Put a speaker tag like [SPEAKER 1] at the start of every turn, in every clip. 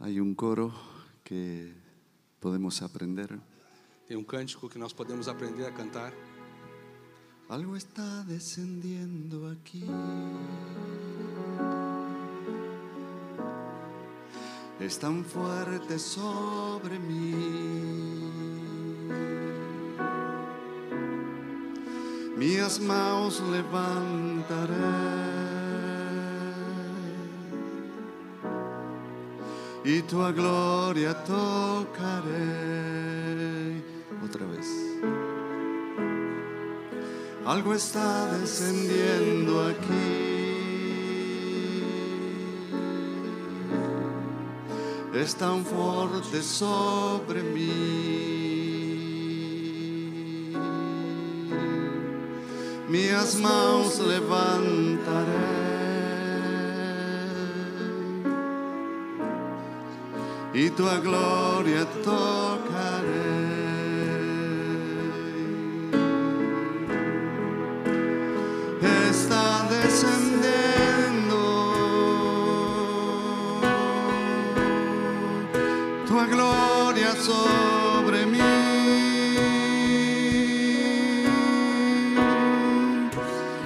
[SPEAKER 1] Hay un coro que podemos aprender.
[SPEAKER 2] Tem um cântico que nós podemos aprender a cantar.
[SPEAKER 1] Algo está descendiendo aquí. Es tan fuerte sobre mí. Mías manos levantaré. Y tu gloria tocaré. Otra vez. Algo está descendiendo aquí. Es tan fuerte sobre mí. Mis manos levantaré. Y tu gloria tocaré. gloria sobre mí.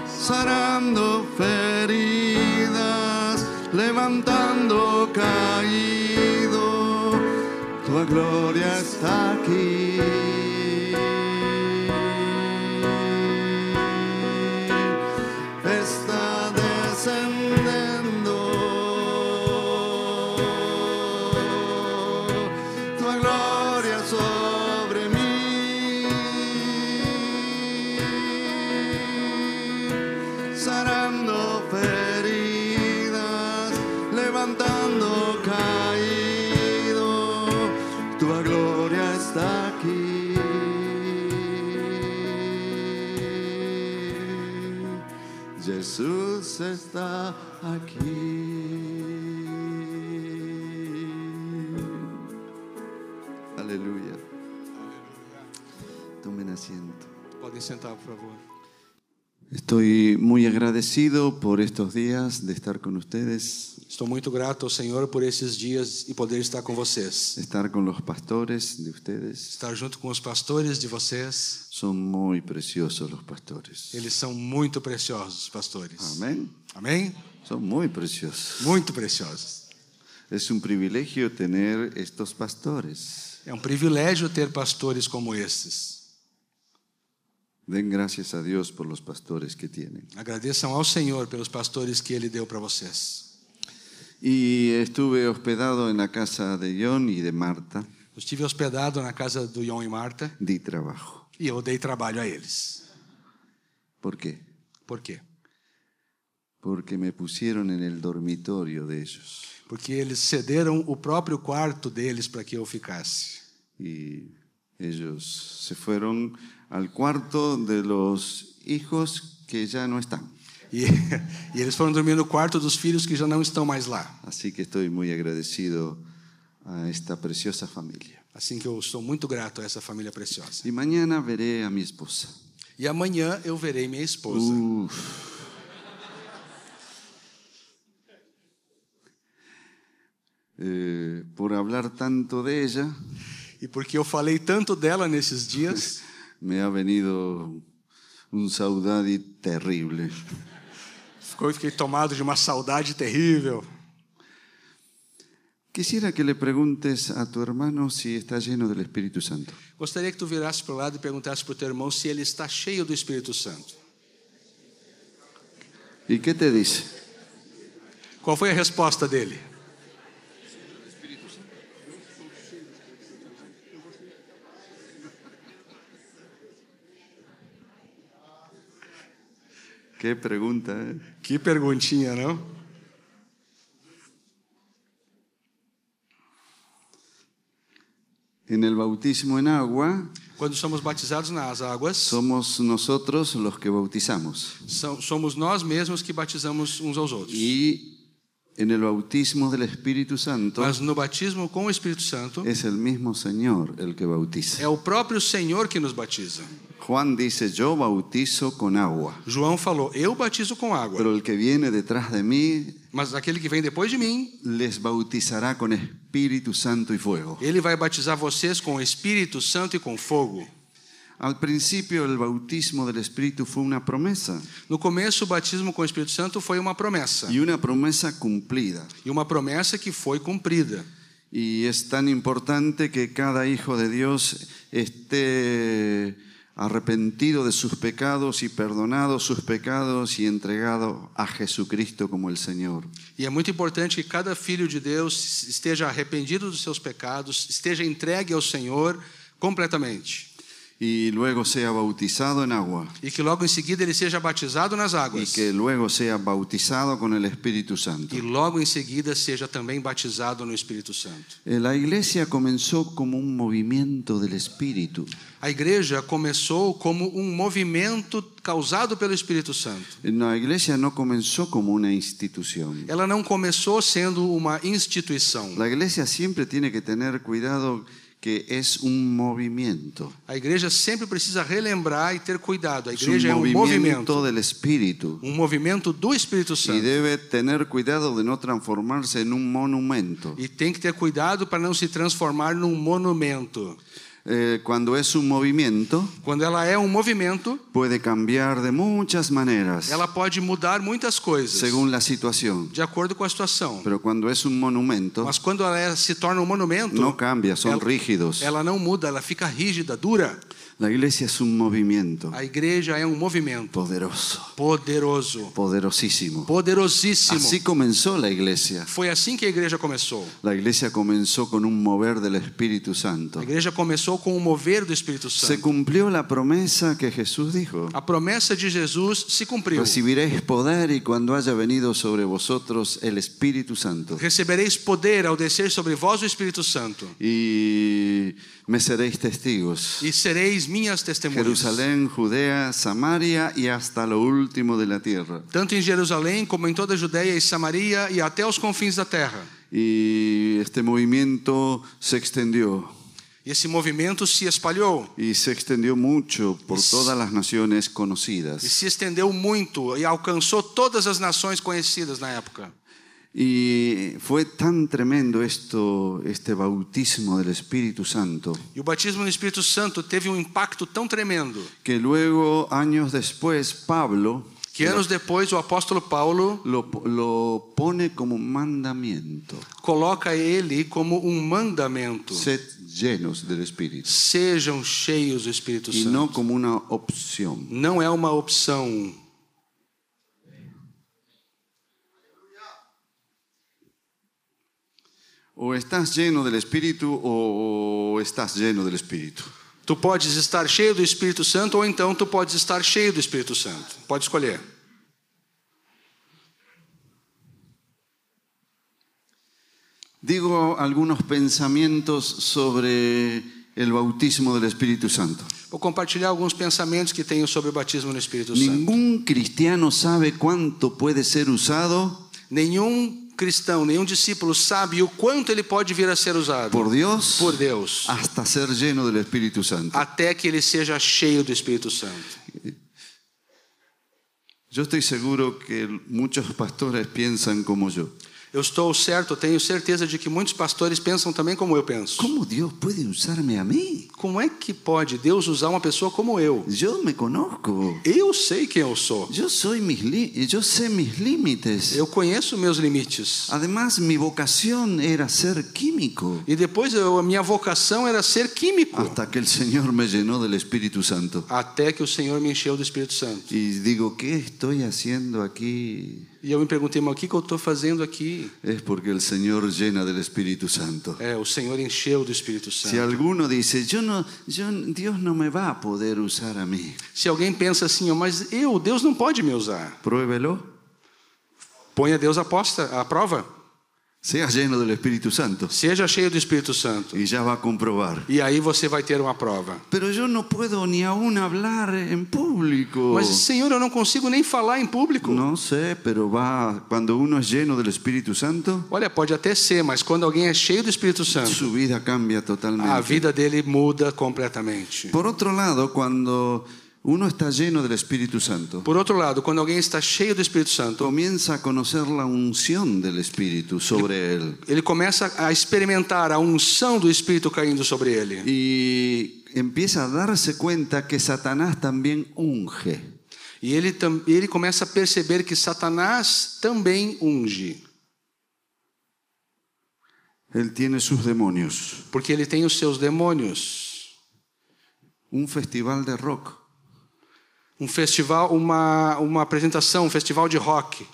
[SPEAKER 1] Sarando feridas, levantando caído, tu gloria está aquí. Está descendiendo. gloria sobre mí. Sarando feridas, levantando caído, tu gloria está aquí. Jesús está aquí. Aleluya. Tomen asiento.
[SPEAKER 2] Podem sentar, por favor.
[SPEAKER 1] Estoy muy agradecido por estos días de estar con ustedes,
[SPEAKER 2] Estou muito grato ao Senhor por esses dias e poder estar com vocês.
[SPEAKER 1] estar con los pastores de ustedes.
[SPEAKER 2] Estar junto com os pastores de vocês.
[SPEAKER 1] Son muy preciosos los pastores.
[SPEAKER 2] Eles são muito preciosos, pastores.
[SPEAKER 1] Amén.
[SPEAKER 2] Amém?
[SPEAKER 1] Son muy preciosos.
[SPEAKER 2] Muito preciosos.
[SPEAKER 1] Es un privilegio tener estos pastores.
[SPEAKER 2] É um privilégio ter pastores como esses.
[SPEAKER 1] Den gracias a Dios por los pastores que tienen.
[SPEAKER 2] Agradeçam ao Senhor pelos pastores que Ele deu para vocês.
[SPEAKER 1] Y estuve hospedado en la casa de John y de Marta.
[SPEAKER 2] Eu estive hospedado na casa do John e Marta
[SPEAKER 1] Di trabajo.
[SPEAKER 2] e eu dei trabalho a eles.
[SPEAKER 1] ¿Por qué?
[SPEAKER 2] Por quê?
[SPEAKER 1] Porque me pusieron en el dormitorio de ellos.
[SPEAKER 2] Porque eles cederam o próprio quarto deles para que eu ficasse.
[SPEAKER 1] Y ellos se fueron al cuarto de los hijos que ya no están.
[SPEAKER 2] E, e eles foram dormir no quarto dos filhos que já não estão mais lá.
[SPEAKER 1] Así que estoy muy agradecido a esta preciosa familia.
[SPEAKER 2] Assim que eu sou muito grato a essa família preciosa.
[SPEAKER 1] Y mañana veré a mi esposa.
[SPEAKER 2] E amanhã eu verei minha esposa.
[SPEAKER 1] Uf. Eh, por hablar tanto de ella,
[SPEAKER 2] E porque eu falei tanto dela nesses dias,
[SPEAKER 1] me ha venido un saudade terrible.
[SPEAKER 2] ficou, fiquei tomado de uma saudade terrível.
[SPEAKER 1] Quisiera que le preguntes a tu hermano si está lleno del Espíritu Santo.
[SPEAKER 2] Gostaria que tu virasse para o lado e perguntasse para o teu irmão se ele está cheio do Espírito Santo.
[SPEAKER 1] ¿Y qué te dice?
[SPEAKER 2] Qual foi a resposta dele?
[SPEAKER 1] Qué pregunta, ¿eh?
[SPEAKER 2] Que perguntinha, não?
[SPEAKER 1] En el bautismo en agua
[SPEAKER 2] Quando somos batizados nas águas,
[SPEAKER 1] somos nosotros los que bautizamos
[SPEAKER 2] são- somos nós mesmos que batizamos uns aos outros.
[SPEAKER 1] y En el bautismo del Espíritu Santo
[SPEAKER 2] Mas no batismo com o Espírito Santo,
[SPEAKER 1] es el mismo Señor el que bautiza.
[SPEAKER 2] é o próprio Senhor que nos batiza.
[SPEAKER 1] Juan dice, yo bautizo con agua,
[SPEAKER 2] João falou: Eu batizo com água,
[SPEAKER 1] pero el que viene detrás de mí
[SPEAKER 2] mas aquele que vem depois de mim,
[SPEAKER 1] les bautizará con Espíritu Santo y fuego.
[SPEAKER 2] ele vai batizar vocês com o Espírito Santo e com fogo.
[SPEAKER 1] Al principio el bautismo del Espíritu fue una promesa
[SPEAKER 2] No começo, o batismo com o Espírito Santo foi uma promessa,
[SPEAKER 1] y una promesa cumplida.
[SPEAKER 2] e uma promessa que foi cumprida.
[SPEAKER 1] Y es tan importante que cada hijo de Dios esté arrepentido de sus pecados y perdonado sus pecados y entregado a Jesucristo como el Señor.
[SPEAKER 2] E é muito importante que cada filho de Deus esteja arrependido dos seus pecados, esteja entregue ao Senhor completamente.
[SPEAKER 1] Y luego sea bautizado en agua
[SPEAKER 2] E que logo em seguida ele seja batizado nas
[SPEAKER 1] y
[SPEAKER 2] águas.
[SPEAKER 1] que luego sea bautizado con el Espíritu Santo.
[SPEAKER 2] E logo em seguida seja também batizado no Espírito Santo.
[SPEAKER 1] Eh, La iglesia comenzó como un movimiento del Espíritu.
[SPEAKER 2] A igreja começou como um movimento causado pelo Espírito Santo.
[SPEAKER 1] La iglesia no comenzó como una institución.
[SPEAKER 2] Ela não começou sendo uma instituição.
[SPEAKER 1] La iglesia siempre tiene que tener cuidado que es un movimiento.
[SPEAKER 2] A igreja sempre precisa relembrar e ter cuidado. A
[SPEAKER 1] Es un
[SPEAKER 2] igreja é um movimento,
[SPEAKER 1] movimiento del espíritu
[SPEAKER 2] um movimento do Espírito
[SPEAKER 1] y
[SPEAKER 2] Santo.
[SPEAKER 1] debe tener cuidado de no transformarse en un monumento.
[SPEAKER 2] E tem que ter cuidado para não se transformar num monumento.
[SPEAKER 1] Eh, cuando es un movimiento,
[SPEAKER 2] Quando ela é um movimento,
[SPEAKER 1] puede cambiar de muchas maneras
[SPEAKER 2] ela pode mudar muitas coisas,
[SPEAKER 1] según la situación.
[SPEAKER 2] de acordo com a situação.
[SPEAKER 1] Pero cuando es un monumento,
[SPEAKER 2] Mas quando ela é- se torna um monumento,
[SPEAKER 1] no cambia, son
[SPEAKER 2] ela-
[SPEAKER 1] rígidos.
[SPEAKER 2] Ela não muda, ela fica rígida, dura.
[SPEAKER 1] La iglesia es un movimiento
[SPEAKER 2] A igreja é um movimento
[SPEAKER 1] poderoso,
[SPEAKER 2] poderoso,
[SPEAKER 1] poderosísimo.
[SPEAKER 2] poderosíssimo.
[SPEAKER 1] Así comenzó la iglesia.
[SPEAKER 2] Foi assim que a igreja começou.
[SPEAKER 1] La iglesia comenzó con un mover del Espíritu
[SPEAKER 2] A
[SPEAKER 1] Santo.
[SPEAKER 2] igreja começou com o mover do Espírito
[SPEAKER 1] Se
[SPEAKER 2] Santo. Ah,
[SPEAKER 1] cumplió la promesa que Jesús dijo.
[SPEAKER 2] A promessa de Jesus se cumpriu.
[SPEAKER 1] Recibiréis poder y cuando haya venido sobre vosotros el Espíritu Santo.
[SPEAKER 2] Recebereis poder ao descer sobre vós o Espírito Santo
[SPEAKER 1] Y me seréis testigos.
[SPEAKER 2] e sereis minhas testemunhas.
[SPEAKER 1] Jerusalén, Judea, Samaria y hasta lo último de la tierra.
[SPEAKER 2] Tanto em Jerusalém como em toda a Judeia e Samaria e até os confins da terra.
[SPEAKER 1] Y este movimiento se extendió.
[SPEAKER 2] E esse movimento se espalhou
[SPEAKER 1] Y se extendió mucho por todas las naciones conocidas.
[SPEAKER 2] e se estendeu muito e alcançou todas as nações conhecidas na época.
[SPEAKER 1] Y fue tan tremendo esto, este bautismo del Espíritu Santo,
[SPEAKER 2] E o batismo no Espírito Santo teve um impacto tão tremendo
[SPEAKER 1] que luego, años después, Pablo
[SPEAKER 2] que anos depois o apóstolo Paulo
[SPEAKER 1] lo, lo pone como mandamiento.
[SPEAKER 2] coloca ele como um mandamento:
[SPEAKER 1] Sed llenos del Espíritu.
[SPEAKER 2] sejam cheios do Espírito
[SPEAKER 1] Y
[SPEAKER 2] Santo.
[SPEAKER 1] no como una opción.
[SPEAKER 2] Não é uma opção.
[SPEAKER 1] O estás lleno del Espíritu o, o estás lleno del Espíritu.
[SPEAKER 2] Tu podes estar cheio do Espírito Santo ou então tu podes estar cheio do Espírito Santo. Pode escolher.
[SPEAKER 1] Digo algunos pensamientos sobre el bautismo del Espíritu Santo.
[SPEAKER 2] Vou compartilhar alguns pensamentos que tenho sobre o batismo no Espírito Santo.
[SPEAKER 1] Ningún cristiano sabe cuánto puede ser usado
[SPEAKER 2] Nenhum cristão, nenhum discípulo sabe o quanto ele pode vir a ser usado
[SPEAKER 1] por Dios
[SPEAKER 2] por Ah. Deus
[SPEAKER 1] hasta ser lleno del Espíritu Santo.
[SPEAKER 2] até que ele seja cheio do Espírito Santo.
[SPEAKER 1] Yo estoy seguro que muchos pastores piensan como yo.
[SPEAKER 2] Eu estou certo, tenho certeza de que muitos pastores pensam também como eu penso.
[SPEAKER 1] ¿Cómo Dios puede usarme a mí?
[SPEAKER 2] Como é que pode Deus usar uma pessoa como eu?
[SPEAKER 1] Yo me conozco.
[SPEAKER 2] Eu sei quem eu sou.
[SPEAKER 1] Yo soy mis li- yo sé mis límites.
[SPEAKER 2] Eu conheço meus limites.
[SPEAKER 1] Además, mi vocación era ser químico
[SPEAKER 2] E depois eu, a minha vocação era ser químico.
[SPEAKER 1] hasta que el Señor me llenó del Espíritu Santo.
[SPEAKER 2] Até que o Senhor me encheu do Espírito Santo.
[SPEAKER 1] Y digo, ¿qué estoy haciendo aquí?
[SPEAKER 2] E eu me perguntei, mas o que, que eu estou fazendo aqui?
[SPEAKER 1] Es porque el Señor llena del Espíritu Santo.
[SPEAKER 2] É, o Senhor encheu do Espírito
[SPEAKER 1] Si
[SPEAKER 2] Santo.
[SPEAKER 1] alguno dice, yo no, yo, Dios no me va a poder usar a mí,
[SPEAKER 2] Se alguém pensa assim, ó, mas eu, Deus não pode me usar.
[SPEAKER 1] pruébelo.
[SPEAKER 2] Ponha Deus à posta, à prova.
[SPEAKER 1] Sea lleno del Espíritu Santo
[SPEAKER 2] Seja cheio do Espírito Santo.
[SPEAKER 1] y ya va a comprobar.
[SPEAKER 2] E aí você vai ter uma prova.
[SPEAKER 1] Pero yo no puedo ni aún hablar en público.
[SPEAKER 2] Mas, Senhor, eu não consigo nem falar em público.
[SPEAKER 1] No sé, pero va, cuando uno es lleno del Espíritu Santo,
[SPEAKER 2] Olha, pode até ser, mas quando alguém é cheio do Espírito Santo,
[SPEAKER 1] su vida cambia
[SPEAKER 2] a
[SPEAKER 1] totalmente.
[SPEAKER 2] vida dele muda completamente.
[SPEAKER 1] Por otro lado, cuando uno está lleno del Espíritu Santo,
[SPEAKER 2] Por outro lado, quando alguém está cheio do Espírito Santo,
[SPEAKER 1] comienza a conocer la unción del Espíritu sobre él
[SPEAKER 2] ele começa a experimentar a unção do Espírito caindo sobre ele.
[SPEAKER 1] y empieza a darse cuenta que Satanás también unge.
[SPEAKER 2] E ele, tam- ele começa a perceber que Satanás também unge,
[SPEAKER 1] Él tiene sus demonios.
[SPEAKER 2] porque ele tem os seus demônios.
[SPEAKER 1] Un festival de rock.
[SPEAKER 2] Um festival, uma, uma apresentação, um festival de rock.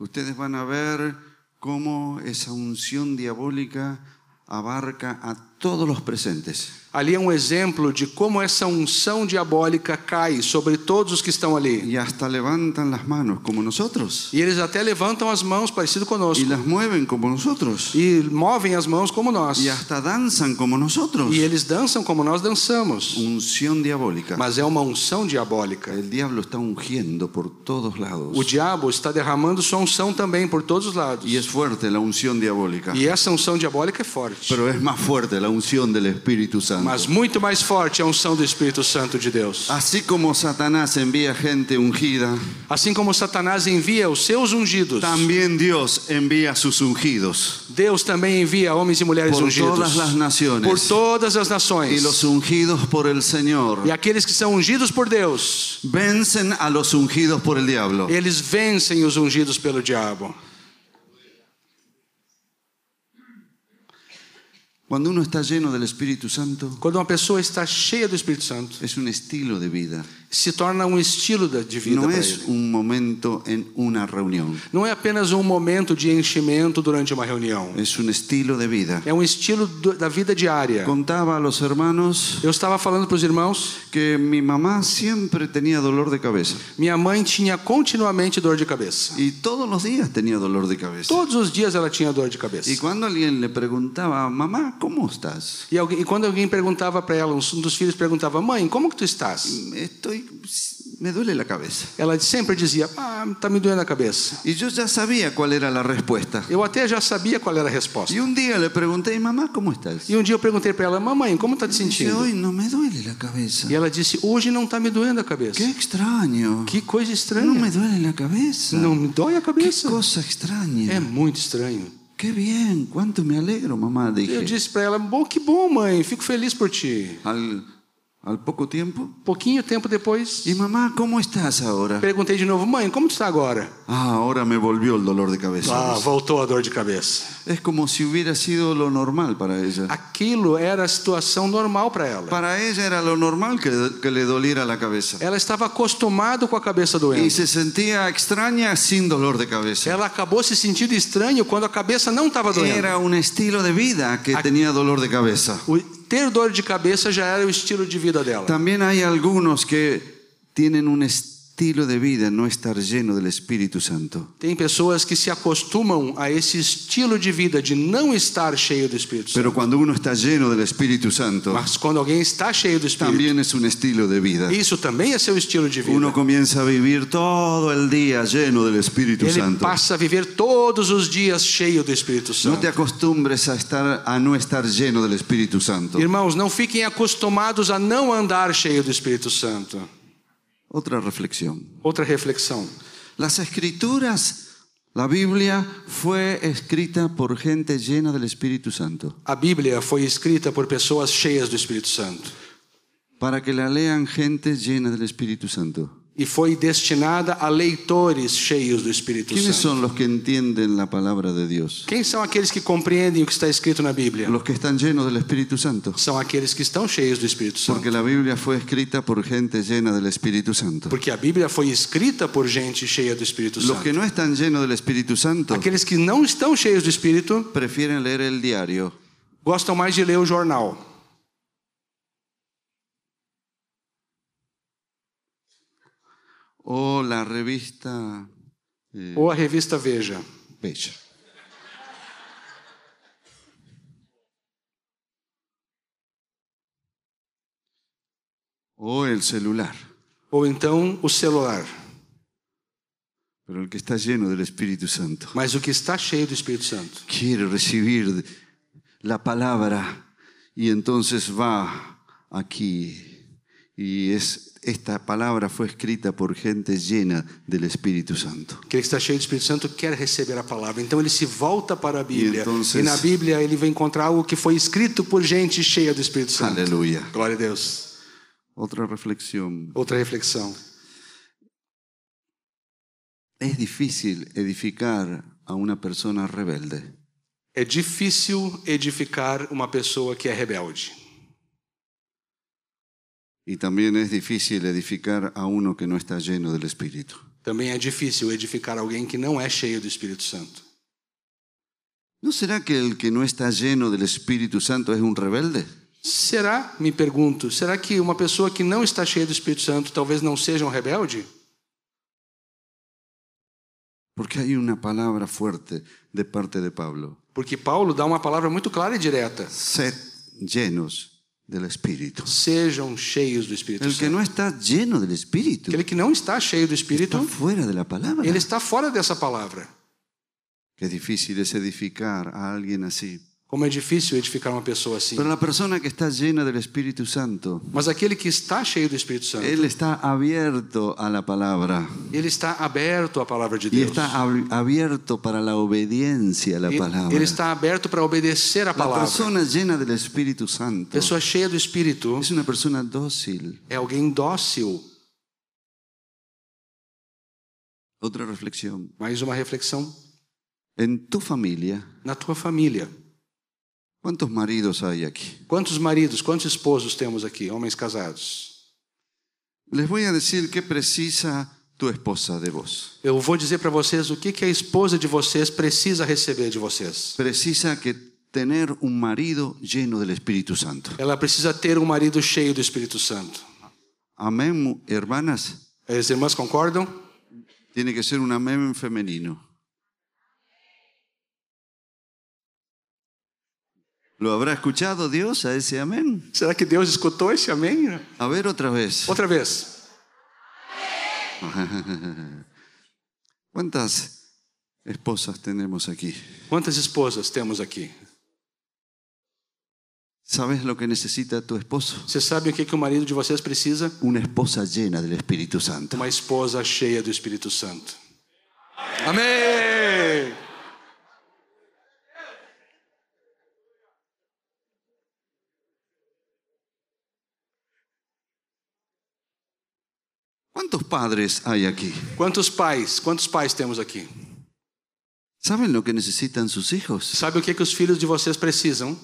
[SPEAKER 1] Ustedes van a ver cómo esa unción diabólica abarca a todos los presentes.
[SPEAKER 2] Ali é um exemplo de como essa unção diabólica cai sobre todos os que estão ali.
[SPEAKER 1] Y hasta levantan las manos como nosotros.
[SPEAKER 2] E eles até levantam as mãos parecido
[SPEAKER 1] Y
[SPEAKER 2] conosco
[SPEAKER 1] las mueven como nosotros.
[SPEAKER 2] e movem as mãos como nós.
[SPEAKER 1] Y hasta danzan como nosotros.
[SPEAKER 2] E eles dançam como nós dançamos,
[SPEAKER 1] Unción diabólica.
[SPEAKER 2] mas é uma unção diabólica.
[SPEAKER 1] El diablo está ungiendo por todos
[SPEAKER 2] O
[SPEAKER 1] lados.
[SPEAKER 2] diabo está derramando sua unção também por todos os lados.
[SPEAKER 1] Y es fuerte la unción diabólica.
[SPEAKER 2] E essa unção diabólica é forte,
[SPEAKER 1] Pero es más fuerte la unción del Espíritu
[SPEAKER 2] mas
[SPEAKER 1] Santo.
[SPEAKER 2] muito mais forte é a unção do Espírito Santo de Deus.
[SPEAKER 1] Así como Satanás envía gente ungida,
[SPEAKER 2] Assim como Satanás envia os seus ungidos,
[SPEAKER 1] también Dios envía sus ungidos
[SPEAKER 2] Deus também envia homens e mulheres
[SPEAKER 1] por
[SPEAKER 2] ungidos
[SPEAKER 1] todas las
[SPEAKER 2] por
[SPEAKER 1] naciones.
[SPEAKER 2] todas as
[SPEAKER 1] Y
[SPEAKER 2] nações.
[SPEAKER 1] los ungidos por el
[SPEAKER 2] E
[SPEAKER 1] Señor
[SPEAKER 2] aqueles que são ungidos por Deus,
[SPEAKER 1] vencen a los ungidos por el diablo.
[SPEAKER 2] eles vencem os ungidos pelo diabo.
[SPEAKER 1] Cuando uno está lleno del Espíritu Santo,
[SPEAKER 2] Quando uma pessoa está cheia do Espírito Santo,
[SPEAKER 1] es un estilo de vida.
[SPEAKER 2] se torna um estilo da- de vida
[SPEAKER 1] No
[SPEAKER 2] para
[SPEAKER 1] es
[SPEAKER 2] ele.
[SPEAKER 1] un momento en una reunión,
[SPEAKER 2] Não é apenas um momento de enchimento durante uma reunião.
[SPEAKER 1] es un estilo de vida.
[SPEAKER 2] É um estilo do- da vida diária.
[SPEAKER 1] Contaba a los hermanos
[SPEAKER 2] Eu estava falando para os irmãos,
[SPEAKER 1] que mi mamá siempre tenía dolor de cabeza
[SPEAKER 2] minha mãe tinha continuamente dor de cabeça.
[SPEAKER 1] y todos los días tenía dolor de cabeza.
[SPEAKER 2] Todos os dias ela tinha dor de cabeça.
[SPEAKER 1] Y cuando alguien le preguntaba, mamá, ¿cómo estás?
[SPEAKER 2] E, alguém- e quando alguém perguntava para ela, um dos filhos perguntava: "Mãe, como que tu estás?"
[SPEAKER 1] Estoy, me duele la cabeza.
[SPEAKER 2] Ela sempre dizia: "Ah, tá me doendo a cabeça".
[SPEAKER 1] Y yo ya sabía cuál era la respuesta.
[SPEAKER 2] Eu até já sabia qual era a resposta.
[SPEAKER 1] Y un día le pregunté, "Y mamá, ¿cómo estás?
[SPEAKER 2] E um dia eu perguntei para ela, mamãe, como está te
[SPEAKER 1] Dice,
[SPEAKER 2] sentindo?
[SPEAKER 1] hoy no me duele la cabeza.
[SPEAKER 2] E ela disse, hoje não está me doendo a cabeça.
[SPEAKER 1] Qué extraño.
[SPEAKER 2] Que coisa
[SPEAKER 1] No me
[SPEAKER 2] estranha.
[SPEAKER 1] duele la cabeza.
[SPEAKER 2] Não me dói a
[SPEAKER 1] Qué
[SPEAKER 2] cabeça.
[SPEAKER 1] cosa extraña.
[SPEAKER 2] É muito estranho.
[SPEAKER 1] Qué bien, cuánto me alegro, mamá,
[SPEAKER 2] E Eu
[SPEAKER 1] dije.
[SPEAKER 2] disse para ela, bom, que bom, mãe, fico feliz por ti.
[SPEAKER 1] Al, al poco tiempo.
[SPEAKER 2] Pouquinho tempo depois,
[SPEAKER 1] Y mamá, ¿cómo estás ahora?
[SPEAKER 2] perguntei de novo, mãe, como tu está agora?
[SPEAKER 1] Ah, ahora me volvió el dolor de cabeza.
[SPEAKER 2] Ah, voltou a dor de cabeça.
[SPEAKER 1] Es como si hubiera sido lo normal para ella.
[SPEAKER 2] Aquilo era a situação normal para ela.
[SPEAKER 1] Para ella era lo normal que, que le doliera la cabeza.
[SPEAKER 2] Ela estava acostumada com a cabeça
[SPEAKER 1] Y
[SPEAKER 2] doendo.
[SPEAKER 1] se sentía extraña sin dolor de cabeza.
[SPEAKER 2] Ela acabou se sentindo estranho quando a cabeça não estava doendo.
[SPEAKER 1] Era un estilo de vida que tenía dolor de cabeza.
[SPEAKER 2] O- Ter dor de cabeça já era o estilo de vida dela.
[SPEAKER 1] También hay algunos que tienen un estilo de vida no estar lleno del Espíritu Santo.
[SPEAKER 2] Tem pessoas que se acostumam a esse estilo de vida de não estar cheio do Espírito Santo.
[SPEAKER 1] Pero cuando uno está lleno del Espíritu Santo,
[SPEAKER 2] Mas quando alguém está cheio do Espírito,
[SPEAKER 1] también es un estilo de vida.
[SPEAKER 2] isso também é seu estilo de vida.
[SPEAKER 1] Uno comienza a vivir todo el día lleno del Espíritu
[SPEAKER 2] Ele
[SPEAKER 1] Santo.
[SPEAKER 2] passa a viver todos os dias cheio do Espírito
[SPEAKER 1] No te
[SPEAKER 2] Santo.
[SPEAKER 1] acostumbres a estar a no estar lleno del Espíritu Santo.
[SPEAKER 2] Irmãos, não fiquem acostumados a não andar cheio do Espírito Santo.
[SPEAKER 1] Otra reflexión.
[SPEAKER 2] Outra reflexão.
[SPEAKER 1] Las Escrituras, la Biblia fue escrita por gente llena del Espíritu Santo,
[SPEAKER 2] A Bíblia foi escrita por pessoas cheias do Espírito Santo
[SPEAKER 1] para que la lean gente llena del Espíritu Santo.
[SPEAKER 2] e foi destinada a leitores cheios do Espírito
[SPEAKER 1] ¿Quiénes
[SPEAKER 2] Santo.
[SPEAKER 1] son los que entienden la palabra de Dios?
[SPEAKER 2] Quem são aqueles que compreendem o que está escrito na Bíblia?
[SPEAKER 1] Los que están llenos del Espíritu Santo.
[SPEAKER 2] são aqueles que estão cheios do Espírito Santo.
[SPEAKER 1] Porque la Biblia fue escrita por gente llena del Espíritu Santo.
[SPEAKER 2] Porque a Bíblia foi escrita por gente cheia do Espírito
[SPEAKER 1] Los
[SPEAKER 2] Santo.
[SPEAKER 1] que no están llenos del Espíritu Santo
[SPEAKER 2] Aqueles que não estão cheios do Espírito
[SPEAKER 1] prefieren leer el diario.
[SPEAKER 2] gostam mais de ler o jornal.
[SPEAKER 1] o la revista Hum.
[SPEAKER 2] Ou a revista Veja.
[SPEAKER 1] Bella. o el celular.
[SPEAKER 2] ou então o celular.
[SPEAKER 1] Pero el que está lleno del Espíritu Santo
[SPEAKER 2] Mas o que está cheio do Espírito Santo
[SPEAKER 1] quiere recibir la palabra y entonces va aquí. Y es, esta palabra fue escrita por gente llena del Espíritu Santo.
[SPEAKER 2] Aquele que está cheio do Espírito Santo quer receber a palavra. Então ele se volta para a Bíblia.
[SPEAKER 1] então,
[SPEAKER 2] E na Bíblia ele vai encontrar algo que foi escrito por gente cheia do Espírito Santo.
[SPEAKER 1] Aleluya.
[SPEAKER 2] Glória a Deus.
[SPEAKER 1] Otra reflexión.
[SPEAKER 2] Outra reflexão.
[SPEAKER 1] Es difícil edificar a una persona rebelde.
[SPEAKER 2] É difícil edificar uma pessoa que é rebelde.
[SPEAKER 1] Y también es difícil edificar a uno que no está lleno del Espíritu.
[SPEAKER 2] Também é difícil edificar alguém que não é cheio do Espírito Santo.
[SPEAKER 1] ¿No será que el que no está lleno del Espíritu Santo es un rebelde?
[SPEAKER 2] Será, me pergunto, será que uma pessoa que não está cheia do Espírito Santo talvez não seja um rebelde?
[SPEAKER 1] Porque hay una palabra fuerte de parte de Pablo.
[SPEAKER 2] Porque Paulo dá uma palavra muito clara e direta.
[SPEAKER 1] Sed llenos del Espíritu.
[SPEAKER 2] Sejam cheios do Espírito
[SPEAKER 1] El
[SPEAKER 2] Santo.
[SPEAKER 1] que no está lleno del Espíritu
[SPEAKER 2] Aquele que não está cheio do Espírito,
[SPEAKER 1] está fuera de la palabra.
[SPEAKER 2] ele está fora dessa palavra.
[SPEAKER 1] Qué difícil es edificar a alguien así.
[SPEAKER 2] Como é difícil edificar uma pessoa assim.
[SPEAKER 1] Pero la persona que está llena del Espíritu Santo,
[SPEAKER 2] Mas aquele que está cheio do Espírito Santo,
[SPEAKER 1] él está abierto a la palabra
[SPEAKER 2] ele está aberto à palavra de
[SPEAKER 1] y
[SPEAKER 2] Deus.
[SPEAKER 1] está ab- abierto para la obediencia a la palabra.
[SPEAKER 2] Ele está aberto para obedecer à
[SPEAKER 1] La
[SPEAKER 2] palavra.
[SPEAKER 1] persona llena del Espíritu Santo
[SPEAKER 2] Pessoa cheia do Espírito
[SPEAKER 1] es una persona dócil.
[SPEAKER 2] é alguém dócil.
[SPEAKER 1] Otra reflexión.
[SPEAKER 2] Mais uma reflexão
[SPEAKER 1] En tu familia,
[SPEAKER 2] na tua família.
[SPEAKER 1] ¿cuántos maridos hay aquí?
[SPEAKER 2] Quantos maridos, quantos esposos temos aqui, homens casados?
[SPEAKER 1] Les voy a decir qué precisa tu esposa de vos.
[SPEAKER 2] Eu vou dizer para vocês o que, que a esposa de vocês precisa receber de vocês.
[SPEAKER 1] Precisa que tener un marido lleno del Espíritu Santo.
[SPEAKER 2] Ela precisa ter um marido cheio do Espírito Santo.
[SPEAKER 1] Amén, mu- hermanas.
[SPEAKER 2] As irmãs concordam?
[SPEAKER 1] Tiene que ser un amén femenino. ¿Lo habrá escuchado Dios a ese amén?
[SPEAKER 2] Será que Deus escutou esse amém?
[SPEAKER 1] A ver otra vez.
[SPEAKER 2] Outra vez.
[SPEAKER 1] ¿Cuántas esposas tenemos aquí?
[SPEAKER 2] Quantas esposas temos aqui?
[SPEAKER 1] ¿Sabes lo que necesita tu esposo?
[SPEAKER 2] Vocês sabem o que, que o marido de vocês precisa?
[SPEAKER 1] Una esposa llena del Espíritu Santo.
[SPEAKER 2] Uma esposa cheia do Espírito Santo. Amém!
[SPEAKER 1] ¿Cuántos padres hay aquí?
[SPEAKER 2] Quantos pais, quantos pais temos aqui?
[SPEAKER 1] ¿Saben lo que necesitan sus hijos?
[SPEAKER 2] Sabe o que, que os filhos de vocês precisam?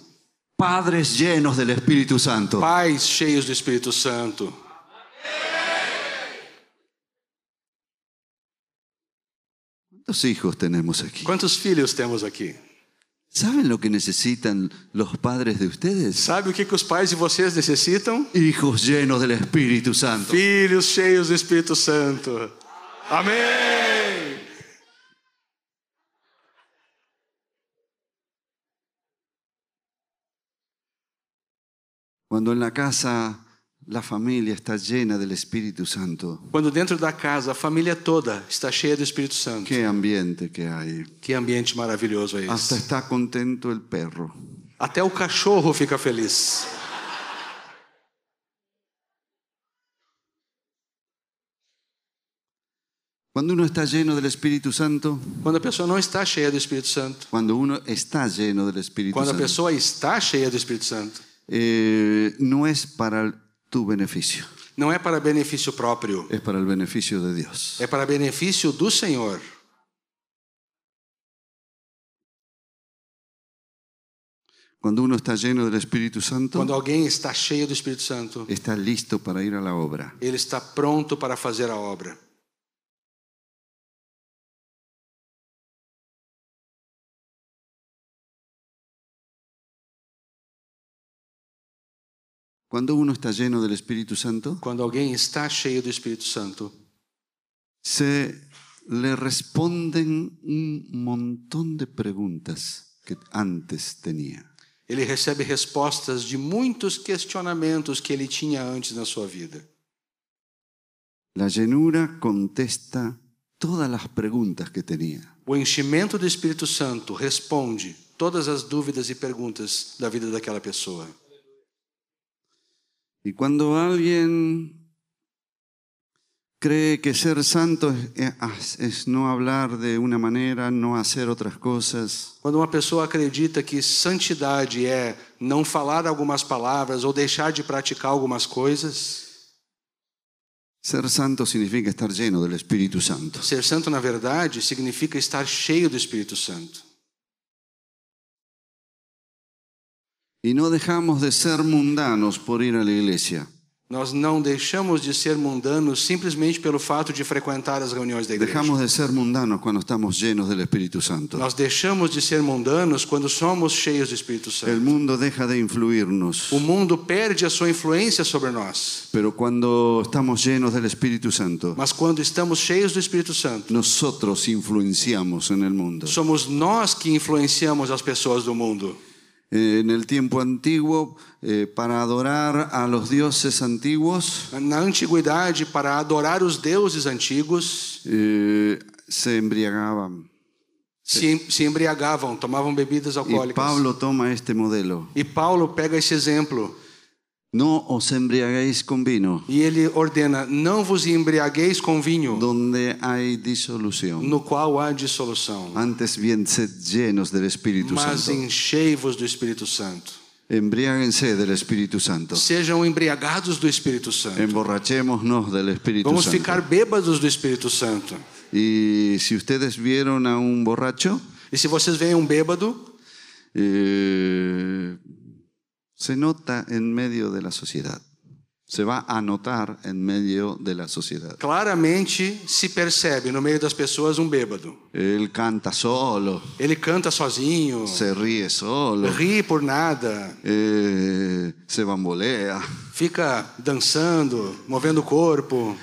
[SPEAKER 1] Padres llenos del Espíritu Santo.
[SPEAKER 2] Pais cheios do Espírito Santo.
[SPEAKER 1] ¿Cuántos hijos tenemos aquí?
[SPEAKER 2] Quantos filhos temos aqui?
[SPEAKER 1] ¿Saben lo que necesitan los padres de ustedes?
[SPEAKER 2] Sabe o que, que os pais de vocês necessitam?
[SPEAKER 1] Hijos llenos del Espíritu Santo.
[SPEAKER 2] Filhos cheios do Espírito Santo. Amém!
[SPEAKER 1] Cuando en la casa la familia está llena del Espíritu Santo,
[SPEAKER 2] Quando dentro da casa a família toda está cheia do Espírito Santo.
[SPEAKER 1] qué ambiente que hay.
[SPEAKER 2] Que ambiente maravilhoso é
[SPEAKER 1] Hasta
[SPEAKER 2] esse.
[SPEAKER 1] está contento el perro.
[SPEAKER 2] Até o cachorro fica feliz.
[SPEAKER 1] Cuando uno está lleno del Espíritu Santo,
[SPEAKER 2] Quando a pessoa não está cheia do Espírito Santo.
[SPEAKER 1] cuando uno está lleno del Espíritu
[SPEAKER 2] Quando a
[SPEAKER 1] Santo,
[SPEAKER 2] pessoa está cheia do Espírito Santo.
[SPEAKER 1] eh, no es para tu beneficio,
[SPEAKER 2] Não é para benefício próprio.
[SPEAKER 1] es para el beneficio de Dios.
[SPEAKER 2] É para benefício do Senhor.
[SPEAKER 1] Cuando uno está lleno del Espíritu Santo,
[SPEAKER 2] Quando alguém está cheio do Espírito Santo.
[SPEAKER 1] está listo para ir a la obra.
[SPEAKER 2] Ele está pronto para fazer a obra.
[SPEAKER 1] Cuando uno está lleno del Espíritu Santo,
[SPEAKER 2] Quando alguém está cheio do Espírito Santo,
[SPEAKER 1] se le responden un montón de preguntas que antes tenía.
[SPEAKER 2] Ele recebe respostas de muitos questionamentos que ele tinha antes na sua vida.
[SPEAKER 1] La llenura contesta todas las preguntas que tenía.
[SPEAKER 2] O enchimento do Espírito Santo responde todas as dúvidas e perguntas da vida daquela pessoa.
[SPEAKER 1] Y cuando alguien cree que ser santo es, es no hablar de una manera, no hacer otras cosas,
[SPEAKER 2] Quando uma pessoa acredita que santidade é não falar algumas palavras ou deixar de praticar algumas coisas,
[SPEAKER 1] ser santo significa estar lleno del Espíritu Santo.
[SPEAKER 2] ser santo na verdade significa estar cheio do Espírito Santo.
[SPEAKER 1] Y no dejamos de ser mundanos por ir a la iglesia.
[SPEAKER 2] Nós não deixamos de ser mundanos simplesmente pelo fato de frequentar as reuniões da igreja.
[SPEAKER 1] Dejamos de ser mundanos cuando estamos llenos del Espíritu Santo.
[SPEAKER 2] Nós deixamos de ser mundanos quando somos cheios do Espírito
[SPEAKER 1] El
[SPEAKER 2] Santo.
[SPEAKER 1] mundo deja de influirnos.
[SPEAKER 2] O mundo perde a sua influência sobre nós,
[SPEAKER 1] Pero cuando estamos llenos del Espíritu Santo,
[SPEAKER 2] mas quando estamos cheios do Espírito Santo,
[SPEAKER 1] nosotros influenciamos en el mundo.
[SPEAKER 2] somos nós que influenciamos as pessoas do mundo.
[SPEAKER 1] Eh, En el tiempo antiguo, eh, para adorar a los dioses antiguos,
[SPEAKER 2] Na antiguidade, para adorar os deuses antigos,
[SPEAKER 1] eh, se embriagaban.
[SPEAKER 2] se, em- se embriagavam, tomavam bebidas
[SPEAKER 1] Y
[SPEAKER 2] alcoólicas.
[SPEAKER 1] Pablo toma este modelo.
[SPEAKER 2] E Paulo pega esse exemplo
[SPEAKER 1] No os embriaguéis con vino,
[SPEAKER 2] e ele ordena: não vos embriagueis com vinho,
[SPEAKER 1] donde hay disolución.
[SPEAKER 2] no qual há dissolução,
[SPEAKER 1] Antes bien, sed llenos del Espíritu
[SPEAKER 2] mas
[SPEAKER 1] Santo.
[SPEAKER 2] enchei-vos do Espírito Santo.
[SPEAKER 1] Embriáguense del Espíritu Santo.
[SPEAKER 2] Sejam embriagados do Espírito Santo.
[SPEAKER 1] Emborrachémonos del Espíritu
[SPEAKER 2] Vamos
[SPEAKER 1] Santo.
[SPEAKER 2] ficar bêbados do Espírito Santo.
[SPEAKER 1] Y si ustedes vieron a un borracho,
[SPEAKER 2] E se vocês veem um bêbado,
[SPEAKER 1] eh, se nota en medio de la sociedad. Se va a notar en medio de la sociedad.
[SPEAKER 2] claramente se percebe no meio das pessoas um bêbado.
[SPEAKER 1] Él canta solo,
[SPEAKER 2] Ele canta sozinho,
[SPEAKER 1] se ríe solo,
[SPEAKER 2] ri por nada,
[SPEAKER 1] eh, se bambolea.
[SPEAKER 2] fica dançando, movendo o corpo.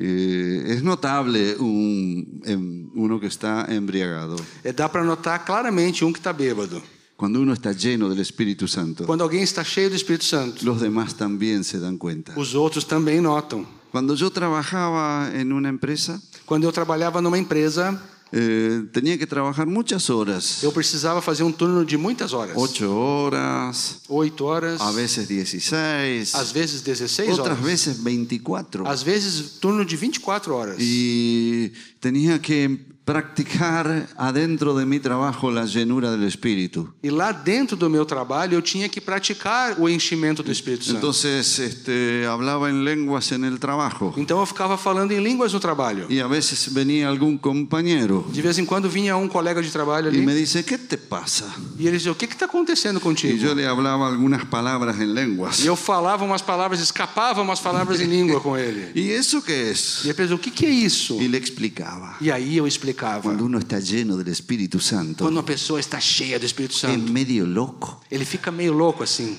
[SPEAKER 1] Eh, es notable un- em- uno que está embriagado.
[SPEAKER 2] É, dá para notar claramente um que está bêbado.
[SPEAKER 1] Cuando uno está lleno del Espíritu Santo,
[SPEAKER 2] Quando alguém está cheio do Espírito Santo,
[SPEAKER 1] los demás también se dan cuenta.
[SPEAKER 2] os outros também notam.
[SPEAKER 1] Cuando yo trabajaba en una empresa,
[SPEAKER 2] Quando eu trabalhava numa empresa,
[SPEAKER 1] Eh, tenía que trabajar muchas horas,
[SPEAKER 2] eu precisava fazer um turno de muitas horas.
[SPEAKER 1] ocho horas,
[SPEAKER 2] Oito horas,
[SPEAKER 1] a veces 16,
[SPEAKER 2] às vezes 16 horas.
[SPEAKER 1] otras veces 24.
[SPEAKER 2] Às vezes, turno de 24 horas.
[SPEAKER 1] Y tenía que practicar adentro de mi trabajo la llenura del Espíritu.
[SPEAKER 2] E lá dentro do meu trabalho, eu tinha que praticar o enchimento do Espírito
[SPEAKER 1] então
[SPEAKER 2] Santo.
[SPEAKER 1] Entonces este, hablaba en lenguas en el trabajo
[SPEAKER 2] Então, eu ficava falando em línguas no trabalho.
[SPEAKER 1] y a veces venía algún compañero
[SPEAKER 2] De vez em quando, vinha um colega de trabalho
[SPEAKER 1] y me
[SPEAKER 2] ali
[SPEAKER 1] dice, ¿qué te pasa?
[SPEAKER 2] e ele dizia, o que está acontecendo
[SPEAKER 1] Y
[SPEAKER 2] contigo?
[SPEAKER 1] yo le hablaba algunas palabras en lenguas.
[SPEAKER 2] E eu falava umas palavras, escapava umas palavras em língua com ele.
[SPEAKER 1] ¿Y eso qué es?
[SPEAKER 2] E ele pensou, o que, que é isso?
[SPEAKER 1] Y le explicaba.
[SPEAKER 2] E aí eu explicava.
[SPEAKER 1] Cuando uno está lleno del Espíritu Santo,
[SPEAKER 2] Quando uma pessoa está cheia do Espírito
[SPEAKER 1] es
[SPEAKER 2] Santo,
[SPEAKER 1] medio loco.
[SPEAKER 2] ele fica meio louco assim.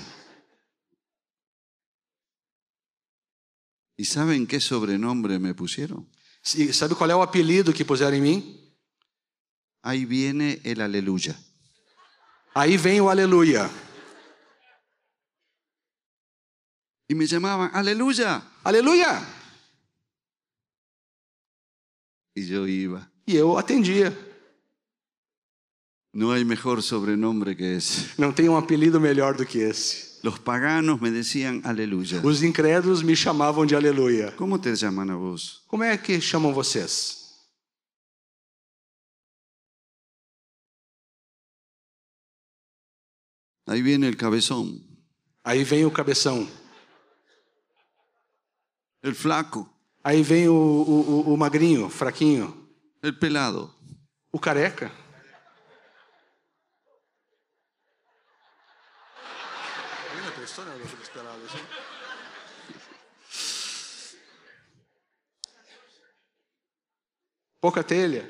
[SPEAKER 1] ¿Y saben qué sobrenombre me pusieron?
[SPEAKER 2] E sabe qual é o apelido que puseram em mim?
[SPEAKER 1] Ahí viene el aleluya.
[SPEAKER 2] Aí vem o aleluia.
[SPEAKER 1] Y me llamaban, aleluya.
[SPEAKER 2] Aleluia!
[SPEAKER 1] Y yo iba.
[SPEAKER 2] E eu atendia.
[SPEAKER 1] No hay mejor sobrenombre que ese.
[SPEAKER 2] Não tem um apelido melhor do que esse.
[SPEAKER 1] Los paganos me decían, aleluya.
[SPEAKER 2] Os incrédulos me chamavam de aleluia.
[SPEAKER 1] ¿Cómo te llaman a vos?
[SPEAKER 2] Como é que chamam vocês?
[SPEAKER 1] Ahí viene el cabezón,
[SPEAKER 2] Aí vem o cabeção.
[SPEAKER 1] el flaco,
[SPEAKER 2] Aí vem o, o, o- o magrinho, fraquinho.
[SPEAKER 1] el pelado.
[SPEAKER 2] O careca. Pouca telha.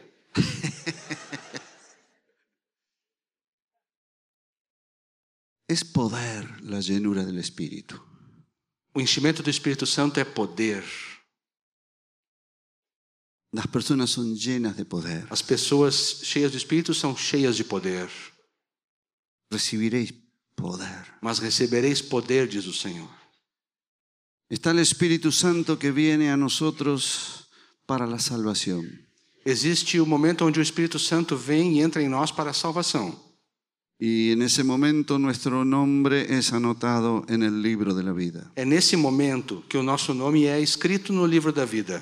[SPEAKER 1] Es poder la llenura del Espíritu.
[SPEAKER 2] O enchimento do Espírito Santo é poder.
[SPEAKER 1] Las personas son llenas de poder.
[SPEAKER 2] As pessoas cheias do Espírito são cheias de poder.
[SPEAKER 1] Recibiréis poder.
[SPEAKER 2] mas recebereis poder, diz o Senhor.
[SPEAKER 1] Está el Espíritu Santo que viene a nosotros para la salvación.
[SPEAKER 2] Existe o momento onde o Espírito Santo vem e entra em nós para a salvação.
[SPEAKER 1] Y en ese momento nuestro nombre es anotado en el libro de la vida.
[SPEAKER 2] É nesse momento que o nosso nome é escrito no livro da vida.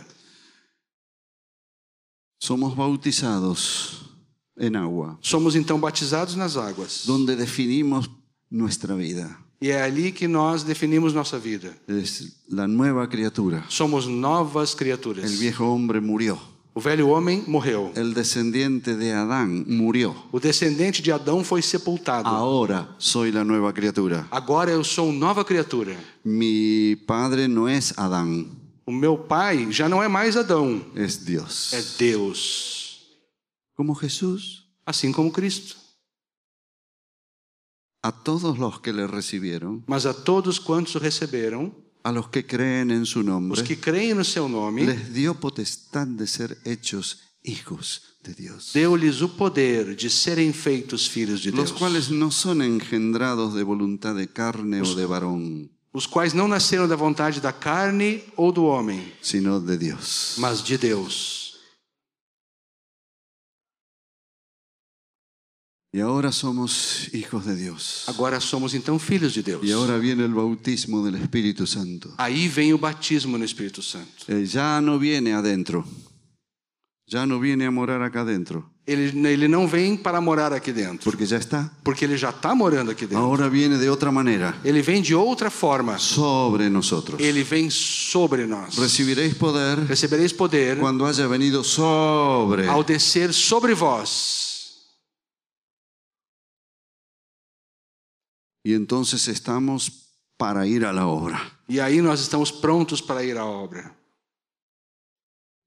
[SPEAKER 1] Somos bautizados en agua,
[SPEAKER 2] Somos então batizados nas águas.
[SPEAKER 1] donde definimos nuestra vida.
[SPEAKER 2] E é ali que nós definimos nossa vida.
[SPEAKER 1] Es la nueva criatura.
[SPEAKER 2] Somos novas criaturas.
[SPEAKER 1] El viejo hombre murió.
[SPEAKER 2] O velho homem morreu.
[SPEAKER 1] El descendiente de Adán murió.
[SPEAKER 2] O descendente de Adão foi sepultado.
[SPEAKER 1] Ahora soy la nueva criatura.
[SPEAKER 2] Agora eu sou nova criatura.
[SPEAKER 1] Mi padre no es Adán,
[SPEAKER 2] O meu pai já não é mais Adão,
[SPEAKER 1] es Dios.
[SPEAKER 2] é Deus.
[SPEAKER 1] Como Jesús,
[SPEAKER 2] Assim como Cristo.
[SPEAKER 1] a todos los que le recibieron,
[SPEAKER 2] Mas a todos quantos o receberam,
[SPEAKER 1] a los que creen en su
[SPEAKER 2] os
[SPEAKER 1] nombre,
[SPEAKER 2] que creem no seu nome,
[SPEAKER 1] les dio potestad de ser hechos hijos de Dios,
[SPEAKER 2] deu-lhes o poder de serem feitos filhos de Deus,
[SPEAKER 1] los cuales no son engendrados de voluntad de carne o de varón,
[SPEAKER 2] os quais não nasceram da vontade da carne ou do homem,
[SPEAKER 1] sino de Dios.
[SPEAKER 2] mas de Deus.
[SPEAKER 1] Y ahora somos hijos de Dios.
[SPEAKER 2] Agora somos então filhos de Deus.
[SPEAKER 1] Y ahora viene el bautismo del Espíritu Santo.
[SPEAKER 2] Aí vem o batismo no Espírito Santo.
[SPEAKER 1] Eh, ya no viene adentro, ya no viene a morar acá adentro,
[SPEAKER 2] Ele, ele não vem para morar aqui dentro,
[SPEAKER 1] porque ya está.
[SPEAKER 2] porque ele já está morando aqui dentro.
[SPEAKER 1] Ahora viene de otra manera,
[SPEAKER 2] Ele vem de outra forma.
[SPEAKER 1] sobre nosotros.
[SPEAKER 2] Ele vem sobre nós.
[SPEAKER 1] Recibiréis poder
[SPEAKER 2] Recebereis poder
[SPEAKER 1] cuando haya venido sobre.
[SPEAKER 2] ao descer sobre vós.
[SPEAKER 1] Y entonces estamos para ir a la obra.
[SPEAKER 2] E aí nós estamos prontos para ir à obra.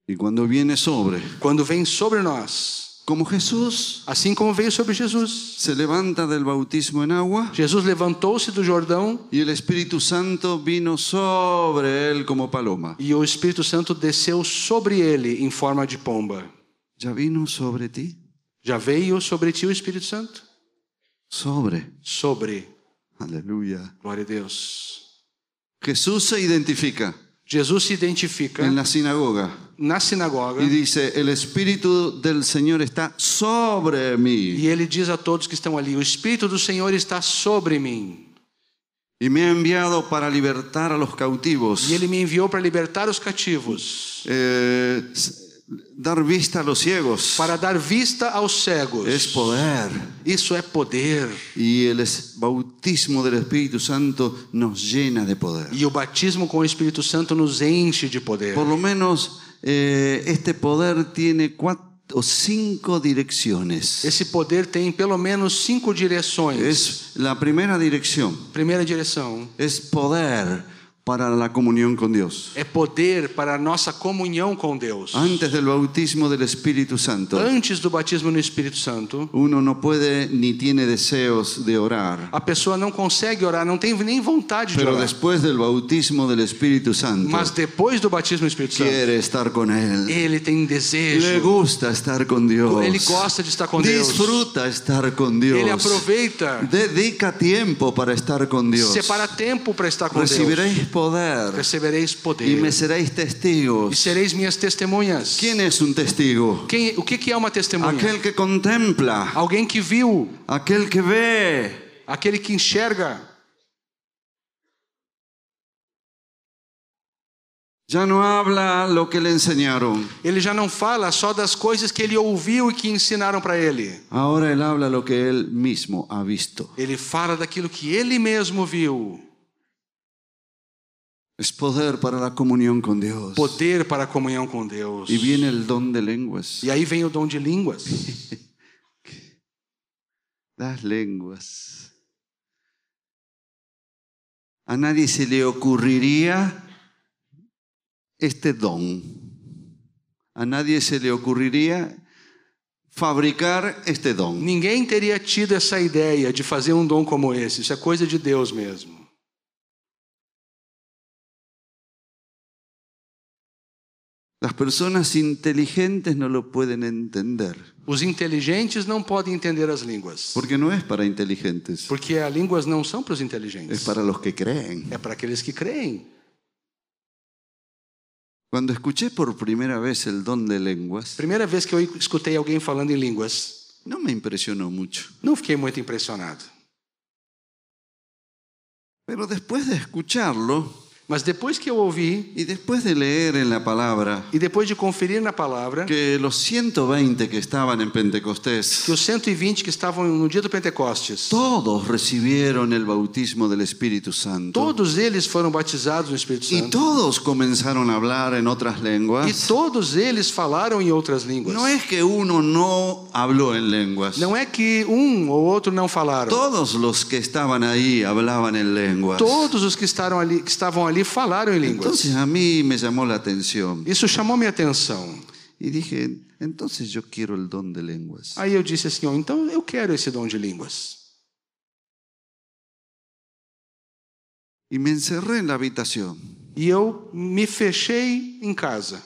[SPEAKER 1] Y cuando viene sobre,
[SPEAKER 2] Quando vem sobre nós,
[SPEAKER 1] como Jesús
[SPEAKER 2] assim como veio sobre Jesus.
[SPEAKER 1] se levanta del bautismo en agua
[SPEAKER 2] Jesus levantou-se do Jordão
[SPEAKER 1] y el Espíritu Santo vino sobre él como paloma.
[SPEAKER 2] e o Espírito Santo desceu sobre ele em forma de pomba.
[SPEAKER 1] ¿Ya vino sobre ti?
[SPEAKER 2] Já veio sobre ti o Espírito Santo?
[SPEAKER 1] Sobre.
[SPEAKER 2] Sobre.
[SPEAKER 1] Aleluya.
[SPEAKER 2] Glória a Deus.
[SPEAKER 1] Jesús se identifica
[SPEAKER 2] Jesus se identifica
[SPEAKER 1] en la sinagoga
[SPEAKER 2] na sinagoga
[SPEAKER 1] y dice, el Espíritu del Señor está sobre mí
[SPEAKER 2] e ele diz a todos que estão ali: O Espírito do Senhor está sobre mim.
[SPEAKER 1] y me ha enviado para libertar a los cautivos,
[SPEAKER 2] E ele me enviou para libertar os cativos,
[SPEAKER 1] eh, s- dar vista a los ciegos.
[SPEAKER 2] para dar vista aos cegos.
[SPEAKER 1] Es poder.
[SPEAKER 2] Isso é poder.
[SPEAKER 1] Y el es- bautismo del Espíritu Santo nos llena de poder.
[SPEAKER 2] E o batismo com o Espírito Santo nos enche de poder.
[SPEAKER 1] Por lo menos eh, este poder tiene cuatro o cinco direcciones.
[SPEAKER 2] Esse poder tem pelo menos cinco direções.
[SPEAKER 1] Es la primera dirección.
[SPEAKER 2] Primeira direção
[SPEAKER 1] es poder para la comunión con Dios.
[SPEAKER 2] é poder para a nossa comunhão com Deus.
[SPEAKER 1] Antes del bautismo del Espíritu Santo,
[SPEAKER 2] Antes do batismo no Espírito Santo,
[SPEAKER 1] uno no puede ni tiene deseos de orar,
[SPEAKER 2] a pessoa não consegue orar, não tem nem vontade de
[SPEAKER 1] pero
[SPEAKER 2] orar.
[SPEAKER 1] después del bautismo del Espíritu Santo
[SPEAKER 2] Mas depois do batismo no Espírito Santo,
[SPEAKER 1] quiere estar con Él.
[SPEAKER 2] ele tem
[SPEAKER 1] Le
[SPEAKER 2] desejo,
[SPEAKER 1] gusta estar con Dios.
[SPEAKER 2] ele gosta de estar com Deus,
[SPEAKER 1] Disfruta estar con Dios.
[SPEAKER 2] ele aproveita,
[SPEAKER 1] Dedica tiempo para estar con Dios.
[SPEAKER 2] separa tempo para estar com Deus.
[SPEAKER 1] Recibiréis poder
[SPEAKER 2] Recebereis
[SPEAKER 1] y me
[SPEAKER 2] poder
[SPEAKER 1] seréis
[SPEAKER 2] e
[SPEAKER 1] testigos.
[SPEAKER 2] sereis minhas testemunhas.
[SPEAKER 1] ¿Quién es un testigo?
[SPEAKER 2] Quem, o que que é uma testemunha?
[SPEAKER 1] Aquel que contempla.
[SPEAKER 2] Alguém que viu,
[SPEAKER 1] Aquel que ve,
[SPEAKER 2] aquele que enxerga.
[SPEAKER 1] ya no habla lo que le enseñaron,
[SPEAKER 2] Ele já não fala só das coisas que ele ouviu e que ensinaram para ele.
[SPEAKER 1] ahora él habla lo que él mismo ha visto.
[SPEAKER 2] Ele fala daquilo que ele mesmo viu.
[SPEAKER 1] Es poder para la comunión con Dios.
[SPEAKER 2] Poder para a comunhão com Deus.
[SPEAKER 1] Y viene el don de lenguas.
[SPEAKER 2] E aí vem o dom de línguas.
[SPEAKER 1] Las lenguas. A nadie se le ocurriría este don. A nadie se le ocurriría fabricar este don.
[SPEAKER 2] Ninguém teria tido essa ideia de fazer um dom como esse. Isso é coisa de Deus mesmo.
[SPEAKER 1] Las personas inteligentes no lo pueden entender,
[SPEAKER 2] Os inteligentes não podem entender as línguas,
[SPEAKER 1] porque no es para inteligentes,
[SPEAKER 2] porque as línguas não são para os
[SPEAKER 1] es
[SPEAKER 2] inteligentes,
[SPEAKER 1] É para los que creen.
[SPEAKER 2] é para aqueles que creem.
[SPEAKER 1] Cuando escuché por primera vez el don de lenguas,
[SPEAKER 2] Primeira vez que eu escutei alguém falando em línguas,
[SPEAKER 1] no me impresionó mucho.
[SPEAKER 2] não fiquei muito impressionado.
[SPEAKER 1] Pero después de escucharlo
[SPEAKER 2] Mas depois que eu ouvi
[SPEAKER 1] y después de leer en la palabra
[SPEAKER 2] e depois de conferir na palavra
[SPEAKER 1] que los 120 que estaban en
[SPEAKER 2] que
[SPEAKER 1] Pentecostés,
[SPEAKER 2] os 120 que estavam no dia do Pentecostes,
[SPEAKER 1] todos recibieron el bautismo del Espíritu Santo
[SPEAKER 2] todos eles foram batizados no Espírito
[SPEAKER 1] y
[SPEAKER 2] Santo
[SPEAKER 1] todos comenzaron a hablar en otras
[SPEAKER 2] e
[SPEAKER 1] lenguas.
[SPEAKER 2] todos eles falaram em outras línguas.
[SPEAKER 1] No es que uno no habló en lenguas.
[SPEAKER 2] Não é que um ou outro não falaram.
[SPEAKER 1] Todos los que estaban ahí hablaban en lenguas.
[SPEAKER 2] Todos os que estavam ali, que estavam ali falaram em línguas.
[SPEAKER 1] Entonces a mí me llamó la atención
[SPEAKER 2] Isso chamou minha atenção.
[SPEAKER 1] y dije, entonces yo quiero el don de lenguas.
[SPEAKER 2] Aí eu disse assim, ó, então eu quero esse dom de línguas.
[SPEAKER 1] Y me encerré en la habitación
[SPEAKER 2] E eu me fechei em casa.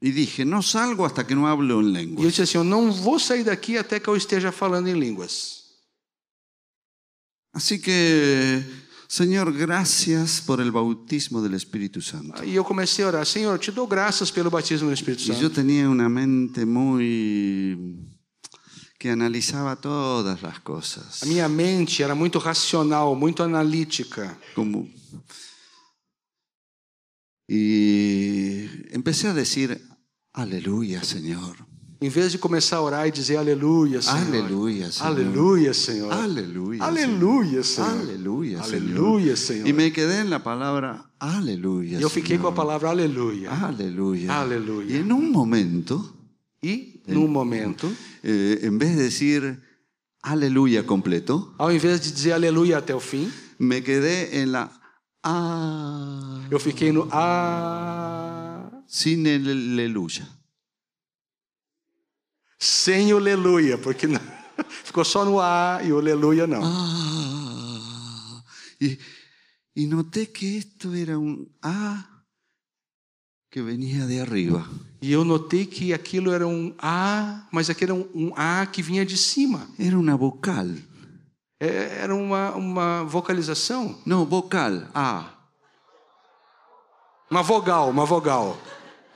[SPEAKER 1] y dije, no salgo hasta que no hablo en
[SPEAKER 2] E eu
[SPEAKER 1] lenguas.
[SPEAKER 2] disse assim, eu não vou sair daqui até que eu esteja falando em línguas.
[SPEAKER 1] Así que, Señor, gracias por el bautismo del Espíritu Santo.
[SPEAKER 2] E eu comecei a orar, Senhor, eu te dou graças pelo batismo no Espírito
[SPEAKER 1] Y yo
[SPEAKER 2] Santo.
[SPEAKER 1] tenía una mente muy... que analizaba todas las cosas.
[SPEAKER 2] A minha mente era muito racional, muito analítica.
[SPEAKER 1] como y empecé a decir aleluya señor
[SPEAKER 2] Em vez de começar a orar e dizer aleluia, Senhor.
[SPEAKER 1] aleluia señor
[SPEAKER 2] Aleluia, Senhor.
[SPEAKER 1] aleluya
[SPEAKER 2] Aleluia, Senhor.
[SPEAKER 1] Señor. aleluya Señor.
[SPEAKER 2] Aleluia, Senhor.
[SPEAKER 1] y me quedé en la palabra aleluya
[SPEAKER 2] E eu fiquei com a palavra aleluia.
[SPEAKER 1] Señor. aleluya
[SPEAKER 2] Aleluia.
[SPEAKER 1] y en un momento
[SPEAKER 2] E, num momento,
[SPEAKER 1] eh, en vez de decir aleluya completo
[SPEAKER 2] ao invés de dizer aleluia até o fim,
[SPEAKER 1] me quedé en la ah,
[SPEAKER 2] eu fiquei no ah,
[SPEAKER 1] sin el aleluya
[SPEAKER 2] sem o aleluia, porque não- ficou só no ah e o aleluia não.
[SPEAKER 1] Ah, y, y noté que esto era un ah que venía de arriba.
[SPEAKER 2] E eu notei que aquilo era um ah, mas aquilo era um, um ah que vinha de cima.
[SPEAKER 1] Era una vocal.
[SPEAKER 2] É, era uma, uma vocalização,
[SPEAKER 1] No, vocal. Ah.
[SPEAKER 2] uma vogal, uma vogal.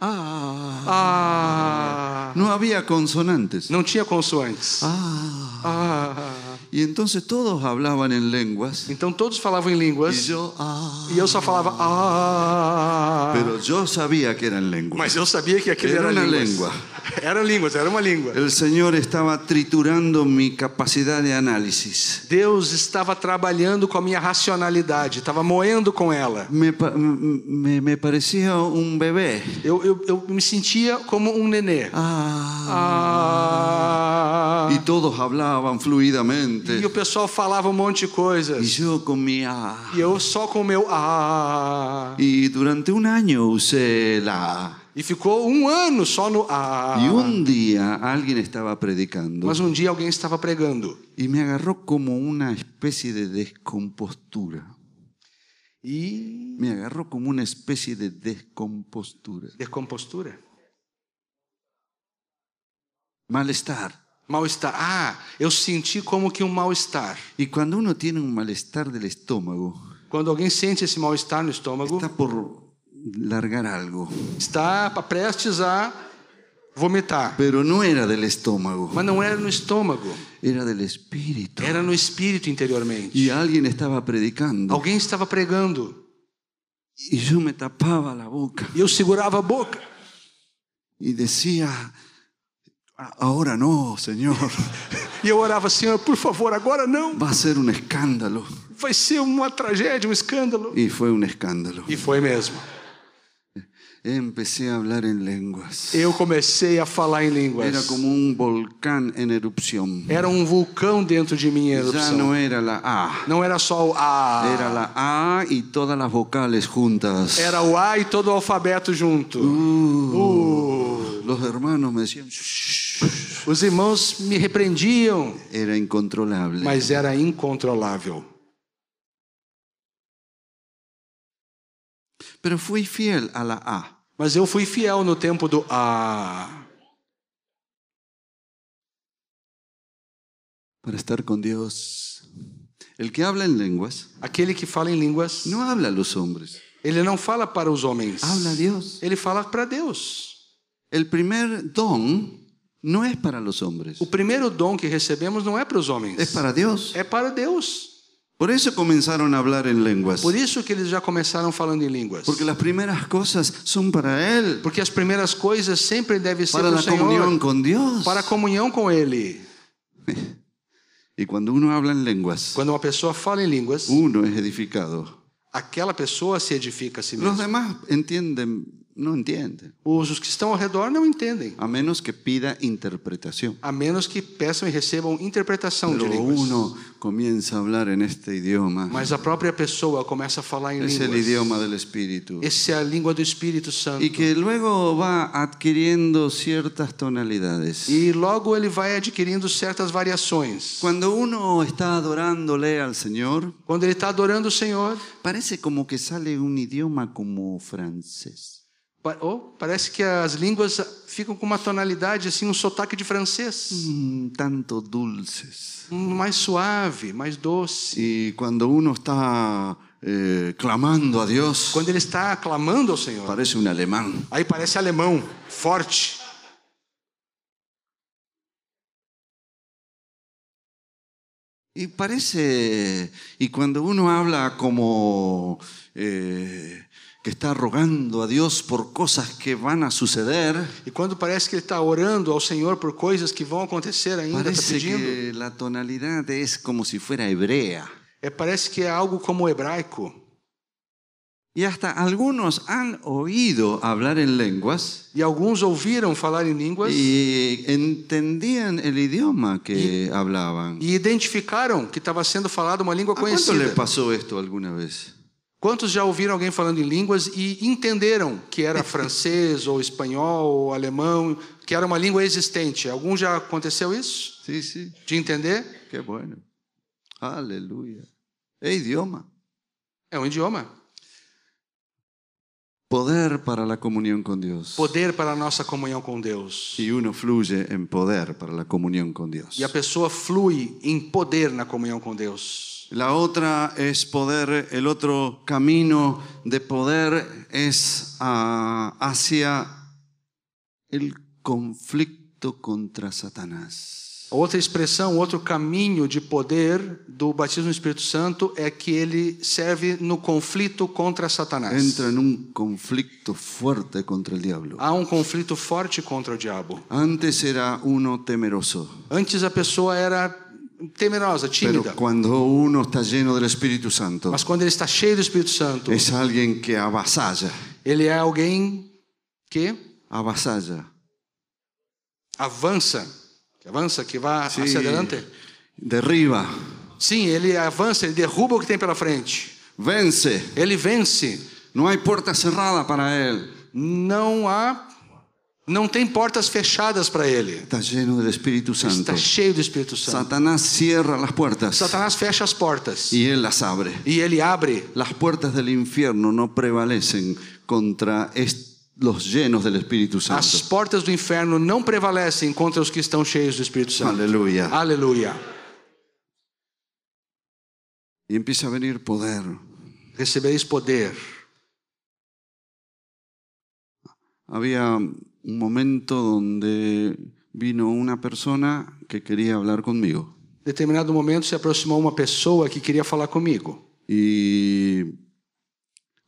[SPEAKER 1] Ah.
[SPEAKER 2] Ah,
[SPEAKER 1] No había consonantes.
[SPEAKER 2] não tinha consoantes.
[SPEAKER 1] Ah.
[SPEAKER 2] Ah.
[SPEAKER 1] Y entonces todos hablaban en lenguas.
[SPEAKER 2] Então todos falavam em
[SPEAKER 1] Y
[SPEAKER 2] línguas
[SPEAKER 1] yo, ah.
[SPEAKER 2] e eu só falava ah.
[SPEAKER 1] Pero yo sabía que eran lenguas.
[SPEAKER 2] Mas eu sabia que aquilo
[SPEAKER 1] Era
[SPEAKER 2] era,
[SPEAKER 1] uma
[SPEAKER 2] línguas.
[SPEAKER 1] língua.
[SPEAKER 2] Era línguas, era uma língua.
[SPEAKER 1] El Señor estaba triturando mi capacidad de análisis.
[SPEAKER 2] Deus estava trabalhando com a minha racionalidade, estava moendo com ela.
[SPEAKER 1] Me, pa- me- me parecía un bebé.
[SPEAKER 2] Eu, eu, eu me sentia como um nenê.
[SPEAKER 1] Ah.
[SPEAKER 2] Ah.
[SPEAKER 1] Y todos hablaban
[SPEAKER 2] E
[SPEAKER 1] fluidamente.
[SPEAKER 2] o pessoal falava um monte de
[SPEAKER 1] Y
[SPEAKER 2] coisas.
[SPEAKER 1] yo comía.
[SPEAKER 2] E eu só com o meu ah.
[SPEAKER 1] Y durante un año usé la.
[SPEAKER 2] E ficou um ano só no ah.
[SPEAKER 1] Y un día alguien estaba predicando
[SPEAKER 2] Mas um dia alguém estava pregando.
[SPEAKER 1] y me agarró como una especie de descompostura.
[SPEAKER 2] E.
[SPEAKER 1] Me agarró como una especie de descompostura.
[SPEAKER 2] Decompostura?
[SPEAKER 1] Malestar.
[SPEAKER 2] Mal-estar. Ah, eu senti como que um mal-estar.
[SPEAKER 1] Y cuando uno tiene un malestar del estómago,
[SPEAKER 2] Quando alguém sente esse mal-estar no estômago,
[SPEAKER 1] está por largar algo.
[SPEAKER 2] está prestes a vomitar.
[SPEAKER 1] Pero no era del estómago,
[SPEAKER 2] Mas não era no estômago,
[SPEAKER 1] era del espíritu.
[SPEAKER 2] era no espírito interiormente.
[SPEAKER 1] Y alguien estaba predicando.
[SPEAKER 2] Alguém estava pregando
[SPEAKER 1] Y yo me tapaba la boca
[SPEAKER 2] e eu segurava a boca.
[SPEAKER 1] y decía, "A- ahora no, Señor,
[SPEAKER 2] E eu orava, Senhor, por favor, agora não.
[SPEAKER 1] va a ser un escándalo.
[SPEAKER 2] Vai ser uma tragédia, um escândalo.
[SPEAKER 1] Y fue un escándalo.
[SPEAKER 2] E foi mesmo.
[SPEAKER 1] Empecé a hablar en lenguas.
[SPEAKER 2] Eu comecei a falar em línguas.
[SPEAKER 1] Era como un volcán en erupción.
[SPEAKER 2] Era um vulcão dentro de mim em
[SPEAKER 1] Ya
[SPEAKER 2] erupção.
[SPEAKER 1] no era la A,
[SPEAKER 2] Não era só o
[SPEAKER 1] era
[SPEAKER 2] A,
[SPEAKER 1] la A y todas las vocales juntas.
[SPEAKER 2] era o A e todo o alfabeto junto. Uh.
[SPEAKER 1] Los hermanos me decían, "Shh".
[SPEAKER 2] Os irmãos me repreendiam,
[SPEAKER 1] era incontrolable.
[SPEAKER 2] mas era incontrolável.
[SPEAKER 1] Pero fui fiel a la A.
[SPEAKER 2] Mas eu fui fiel no tempo do ah.
[SPEAKER 1] para estar con Dios. El que habla en lenguas
[SPEAKER 2] Aquele que fala em línguas,
[SPEAKER 1] no habla a los hombres,
[SPEAKER 2] ele não fala para os homens.
[SPEAKER 1] habla a Dios.
[SPEAKER 2] Ele fala para Deus.
[SPEAKER 1] El primer don no es para los hombres,
[SPEAKER 2] O primeiro dom que recebemos não é para os homens.
[SPEAKER 1] es para Dios.
[SPEAKER 2] É para Deus.
[SPEAKER 1] Por eso comenzaron a hablar en lenguas,
[SPEAKER 2] Por isso que eles já começaram falando em línguas.
[SPEAKER 1] porque las primeras cosas son para Él,
[SPEAKER 2] Porque as primeiras coisas sempre devem ser
[SPEAKER 1] para
[SPEAKER 2] do
[SPEAKER 1] la comunión
[SPEAKER 2] Senhor.
[SPEAKER 1] con Dios.
[SPEAKER 2] Para a comunhão com Ele.
[SPEAKER 1] Y cuando uno habla en lenguas,
[SPEAKER 2] Quando uma pessoa fala em línguas,
[SPEAKER 1] uno es edificado.
[SPEAKER 2] aquela pessoa se edifica a si
[SPEAKER 1] Los
[SPEAKER 2] mesma.
[SPEAKER 1] demás entienden, no entienden,
[SPEAKER 2] Os os que estão ao redor não entendem.
[SPEAKER 1] a menos que pida interpretación.
[SPEAKER 2] A menos que peçam e recebam interpretação de
[SPEAKER 1] Pero
[SPEAKER 2] línguas.
[SPEAKER 1] uno comienza a hablar en este idioma.
[SPEAKER 2] Mas a própria pessoa começa a falar em
[SPEAKER 1] Es el
[SPEAKER 2] línguas.
[SPEAKER 1] idioma del Espíritu.
[SPEAKER 2] Essa é a língua do Espírito Santo.
[SPEAKER 1] Y
[SPEAKER 2] E,
[SPEAKER 1] que luego va adquiriendo ciertas tonalidades.
[SPEAKER 2] logo ele vai adquirindo certas variações.
[SPEAKER 1] Cuando uno está adorándole al Señor,
[SPEAKER 2] Quando ele está adorando o Senhor,
[SPEAKER 1] parece como que sale un idioma como francés.
[SPEAKER 2] pa- oh, parece que as línguas ficam com uma tonalidade, assim, um sotaque de francês.
[SPEAKER 1] Mm, tanto dulces.
[SPEAKER 2] Um Mais suave, mais doce.
[SPEAKER 1] Y cuando uno está eh, clamando a Dios,
[SPEAKER 2] Quando ele está aclamando ao Senhor,
[SPEAKER 1] parece un alemán.
[SPEAKER 2] aí parece alemão, forte.
[SPEAKER 1] Y parece, y cuando uno habla como eh, que está rogando a Dios por cosas que van a suceder,
[SPEAKER 2] E quando parece que ele está orando ao Senhor por coisas que vão acontecer ainda, está
[SPEAKER 1] Parece
[SPEAKER 2] pedindo,
[SPEAKER 1] que la tonalidad es como si fuera hebrea.
[SPEAKER 2] é, parece que é algo como hebraico.
[SPEAKER 1] Y hasta algunos han oído hablar en lenguas
[SPEAKER 2] E alguns ouviram falar em línguas
[SPEAKER 1] y entendían el idioma que hablaban.
[SPEAKER 2] e identificaram que estava sendo falada uma língua
[SPEAKER 1] ¿A cuánto le
[SPEAKER 2] conhecida.
[SPEAKER 1] pasó esto alguna vez?
[SPEAKER 2] Quantos já ouviram alguém falando em línguas e entenderam que era francês ou espanhol ou alemão, que era uma língua existente? Algum já aconteceu isso?
[SPEAKER 1] Sí, sí,
[SPEAKER 2] De entender?
[SPEAKER 1] qué bueno. Aleluya. E idioma.
[SPEAKER 2] É um idioma.
[SPEAKER 1] Poder para la comunión con Dios.
[SPEAKER 2] Poder para a nossa comunhão com Deus.
[SPEAKER 1] Y uno fluye en poder para la comunión con Dios.
[SPEAKER 2] E a pessoa flui em poder na comunhão com Deus.
[SPEAKER 1] La otra es poder, el otro camino de poder es ah, hacia el conflicto contra Satanás.
[SPEAKER 2] Outra expressão, outro caminho de poder do batismo no Espírito Santo é que ele serve no conflito contra Satanás.
[SPEAKER 1] Entra en un conflicto fuerte contra el diablo.
[SPEAKER 2] Há um conflito forte contra o diabo.
[SPEAKER 1] Antes era uno temeroso,
[SPEAKER 2] Antes a pessoa era temerosa,
[SPEAKER 1] pero
[SPEAKER 2] tímida.
[SPEAKER 1] cuando uno está lleno del Espíritu Santo,
[SPEAKER 2] Mas quando ele está cheio do Espírito Santo,
[SPEAKER 1] es alguien que avasalla,
[SPEAKER 2] ele é alguém que
[SPEAKER 1] avasalla.
[SPEAKER 2] avança, que avança, que vai
[SPEAKER 1] Sí.
[SPEAKER 2] hacia adelante.
[SPEAKER 1] derriba,
[SPEAKER 2] Sim, ele avança, ele derruba o que tem pela frente.
[SPEAKER 1] vence.
[SPEAKER 2] Ele vence.
[SPEAKER 1] No hay puerta cerrada para él.
[SPEAKER 2] Não há não tem portas fechadas para ele.
[SPEAKER 1] Está lleno del Espíritu Santo.
[SPEAKER 2] Está cheio do Espírito Santo.
[SPEAKER 1] Satanás cierra las puertas
[SPEAKER 2] Satanás fecha as portas
[SPEAKER 1] y él las abre.
[SPEAKER 2] e ele abre.
[SPEAKER 1] Las puertas del infierno no prevalecen contra est- los llenos del Espíritu
[SPEAKER 2] As
[SPEAKER 1] Santo.
[SPEAKER 2] portas do inferno não prevalecem contra os que estão cheios do Espírito Santo.
[SPEAKER 1] Aleluya.
[SPEAKER 2] Aleluia.
[SPEAKER 1] Y empieza a venir poder.
[SPEAKER 2] Recebereis poder.
[SPEAKER 1] Había un momento donde vino una persona que quería hablar conmigo
[SPEAKER 2] determinado momento se aproximou uma pessoa que queria falar comigo.
[SPEAKER 1] y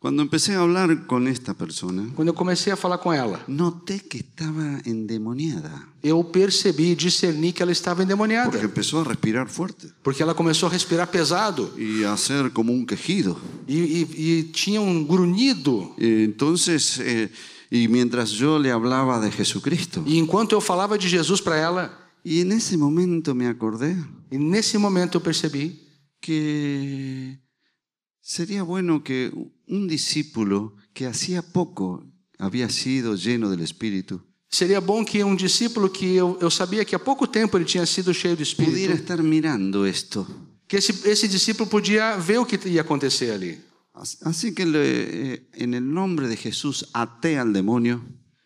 [SPEAKER 1] cuando empecé a hablar con esta persona,
[SPEAKER 2] Quando eu comecei a falar com ela,
[SPEAKER 1] noté que estaba endemoniada
[SPEAKER 2] eu percebi, discerni que ela estava
[SPEAKER 1] porque
[SPEAKER 2] endemoniada,
[SPEAKER 1] empezó a respirar fuerte
[SPEAKER 2] porque ela começou a respirar pesado
[SPEAKER 1] y a hacer como un quejido.
[SPEAKER 2] e, e- e tinha um grunhido.
[SPEAKER 1] Eh, Entonces, eh, y mientras yo le hablaba de Jesucristo,
[SPEAKER 2] E enquanto eu falava de Jesus para ela,
[SPEAKER 1] y en ese momento me acordé
[SPEAKER 2] e nesse momento eu percebi
[SPEAKER 1] que sería bueno que un discípulo que hacía poco había sido lleno del Espíritu
[SPEAKER 2] seria bom que um discípulo que eu, eu sabia que há pouco tempo ele tinha sido cheio do
[SPEAKER 1] pudiera
[SPEAKER 2] Espírito,
[SPEAKER 1] estar mirando esto.
[SPEAKER 2] que esse, esse discípulo podia ver o que ia acontecer ali.
[SPEAKER 1] As- Así que le- eh, en el nombre de Jesús até al demonio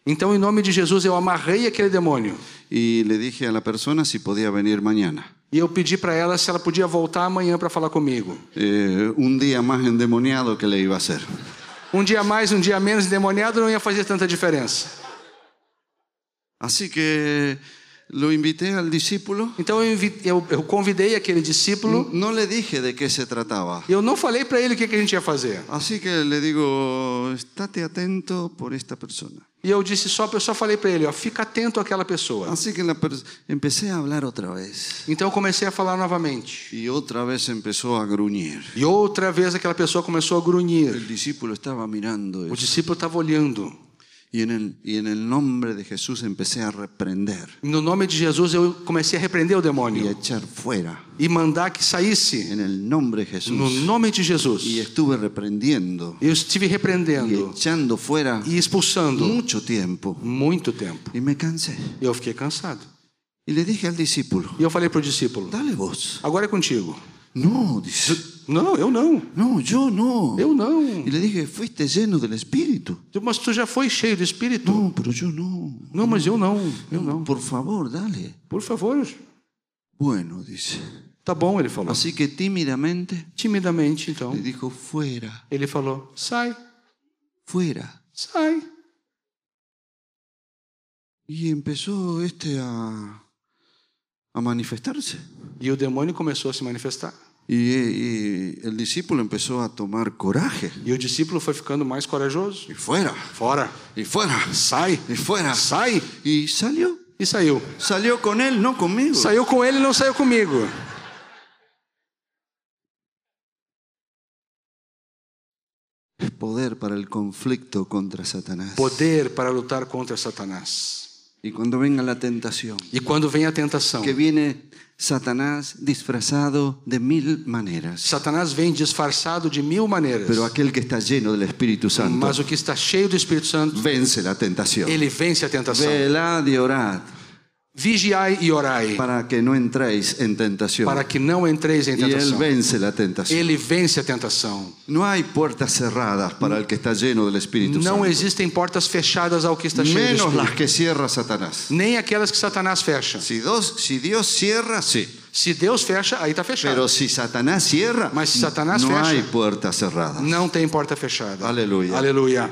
[SPEAKER 2] Então, em nome de Jesus, eu amarrei aquele demônio.
[SPEAKER 1] y le dije a la persona si podía venir mañana.
[SPEAKER 2] E eu pedi para ela se ela podia voltar amanhã para falar comigo.
[SPEAKER 1] Eh, un día más endemoniado que le iba a hacer.
[SPEAKER 2] Um dia mais, um dia menos endemoniado não ia fazer tanta diferença.
[SPEAKER 1] Así que lo invité al discípulo.
[SPEAKER 2] Então eu, invi- eu- eu convidei aquele discípulo.
[SPEAKER 1] No le dije de qué se trataba.
[SPEAKER 2] Eu não falei para ele o que, que a gente ia fazer.
[SPEAKER 1] Así que le digo, estate atento por esta persona.
[SPEAKER 2] E eu disse só, eu só falei para ele, ó, fica atento àquela pessoa.
[SPEAKER 1] Así que la pers- empecé a hablar otra vez.
[SPEAKER 2] Então eu comecei a falar novamente.
[SPEAKER 1] Y otra vez empezó a gruñir.
[SPEAKER 2] E outra vez aquela pessoa começou a grunhir.
[SPEAKER 1] El discípulo estaba mirando
[SPEAKER 2] O
[SPEAKER 1] eso.
[SPEAKER 2] discípulo estava olhando.
[SPEAKER 1] Y en el, y en el nombre de Jesús empecé a reprender
[SPEAKER 2] No nome de Jesus eu comecei a repreender
[SPEAKER 1] y
[SPEAKER 2] o
[SPEAKER 1] a
[SPEAKER 2] demônio
[SPEAKER 1] echar fuera.
[SPEAKER 2] e mandar que saísse
[SPEAKER 1] En el nombre de
[SPEAKER 2] no
[SPEAKER 1] Jesús.
[SPEAKER 2] nome de
[SPEAKER 1] Y
[SPEAKER 2] Jesus.
[SPEAKER 1] estuve reprendiendo
[SPEAKER 2] Eu estive
[SPEAKER 1] y
[SPEAKER 2] repreendendo
[SPEAKER 1] echando fuera
[SPEAKER 2] e expulsando
[SPEAKER 1] mucho tiempo.
[SPEAKER 2] muito tempo.
[SPEAKER 1] Y me cansé.
[SPEAKER 2] E Eu fiquei cansado.
[SPEAKER 1] Y le dije al discípulo,
[SPEAKER 2] E eu falei pro discípulo:
[SPEAKER 1] dale vos.
[SPEAKER 2] "Agora é contigo".
[SPEAKER 1] No, dice.
[SPEAKER 2] Não, eu não.
[SPEAKER 1] No, yo no.
[SPEAKER 2] Eu não.
[SPEAKER 1] Y le dije, fuiste lleno del Espíritu.
[SPEAKER 2] Mas tu já foi cheio do espírito?
[SPEAKER 1] No, pero yo no.
[SPEAKER 2] Não, mas eu não. Eu não.
[SPEAKER 1] Por favor, dale.
[SPEAKER 2] Por favor.
[SPEAKER 1] Bueno, dice.
[SPEAKER 2] Tá bom, ele falou.
[SPEAKER 1] Así que tímidamente
[SPEAKER 2] Timidamente, então,
[SPEAKER 1] le dijo, fuera,
[SPEAKER 2] ele falou: "Sai,
[SPEAKER 1] fuera.
[SPEAKER 2] sai".
[SPEAKER 1] Y empezó este a, a manifestarse.
[SPEAKER 2] E o demônio começou a se manifestar.
[SPEAKER 1] Y, y el discípulo empezó a tomar coraje.
[SPEAKER 2] E o discípulo foi ficando mais corajoso.
[SPEAKER 1] Y fuera,
[SPEAKER 2] Fora.
[SPEAKER 1] y fuera,
[SPEAKER 2] Sai.
[SPEAKER 1] y fuera.
[SPEAKER 2] Sai.
[SPEAKER 1] Y salió.
[SPEAKER 2] E saiu.
[SPEAKER 1] Salió con él, no conmigo.
[SPEAKER 2] Saiu com ele, não saiu comigo.
[SPEAKER 1] Poder para el conflicto contra Satanás.
[SPEAKER 2] Poder para lutar contra Satanás.
[SPEAKER 1] Y cuando venga la tentación.
[SPEAKER 2] E quando vem a tentação,
[SPEAKER 1] que viene Satanás disfrazado de mil maneras,
[SPEAKER 2] Satanás vem disfarçado de mil maneiras.
[SPEAKER 1] pero aquel que está lleno del Espíritu Santo
[SPEAKER 2] Mas o que está cheio do Espírito Santo,
[SPEAKER 1] vence la tentación.
[SPEAKER 2] ele vence a tentação.
[SPEAKER 1] Velad y orad
[SPEAKER 2] Vigiai e orai,
[SPEAKER 1] para que no entréis en tentación.
[SPEAKER 2] para que não entreis em
[SPEAKER 1] Y él
[SPEAKER 2] tentação.
[SPEAKER 1] vence la tentación.
[SPEAKER 2] Ele vence a tentação.
[SPEAKER 1] No hay puertas cerradas para el que está lleno del Espíritu
[SPEAKER 2] Não
[SPEAKER 1] Santo,
[SPEAKER 2] existem portas fechadas ao que está cheio do
[SPEAKER 1] menos
[SPEAKER 2] Espírito.
[SPEAKER 1] las que cierra Satanás.
[SPEAKER 2] Nem aquelas que Satanás fecha.
[SPEAKER 1] Si, dos- si Dios cierra, sí.
[SPEAKER 2] Se Deus fecha, aí está fechado.
[SPEAKER 1] Pero si Satanás cierra,
[SPEAKER 2] Mas si Satanás
[SPEAKER 1] no
[SPEAKER 2] fecha-
[SPEAKER 1] hay puertas cerradas.
[SPEAKER 2] Não tem porta fechada.
[SPEAKER 1] Aleluia.
[SPEAKER 2] Aleluia.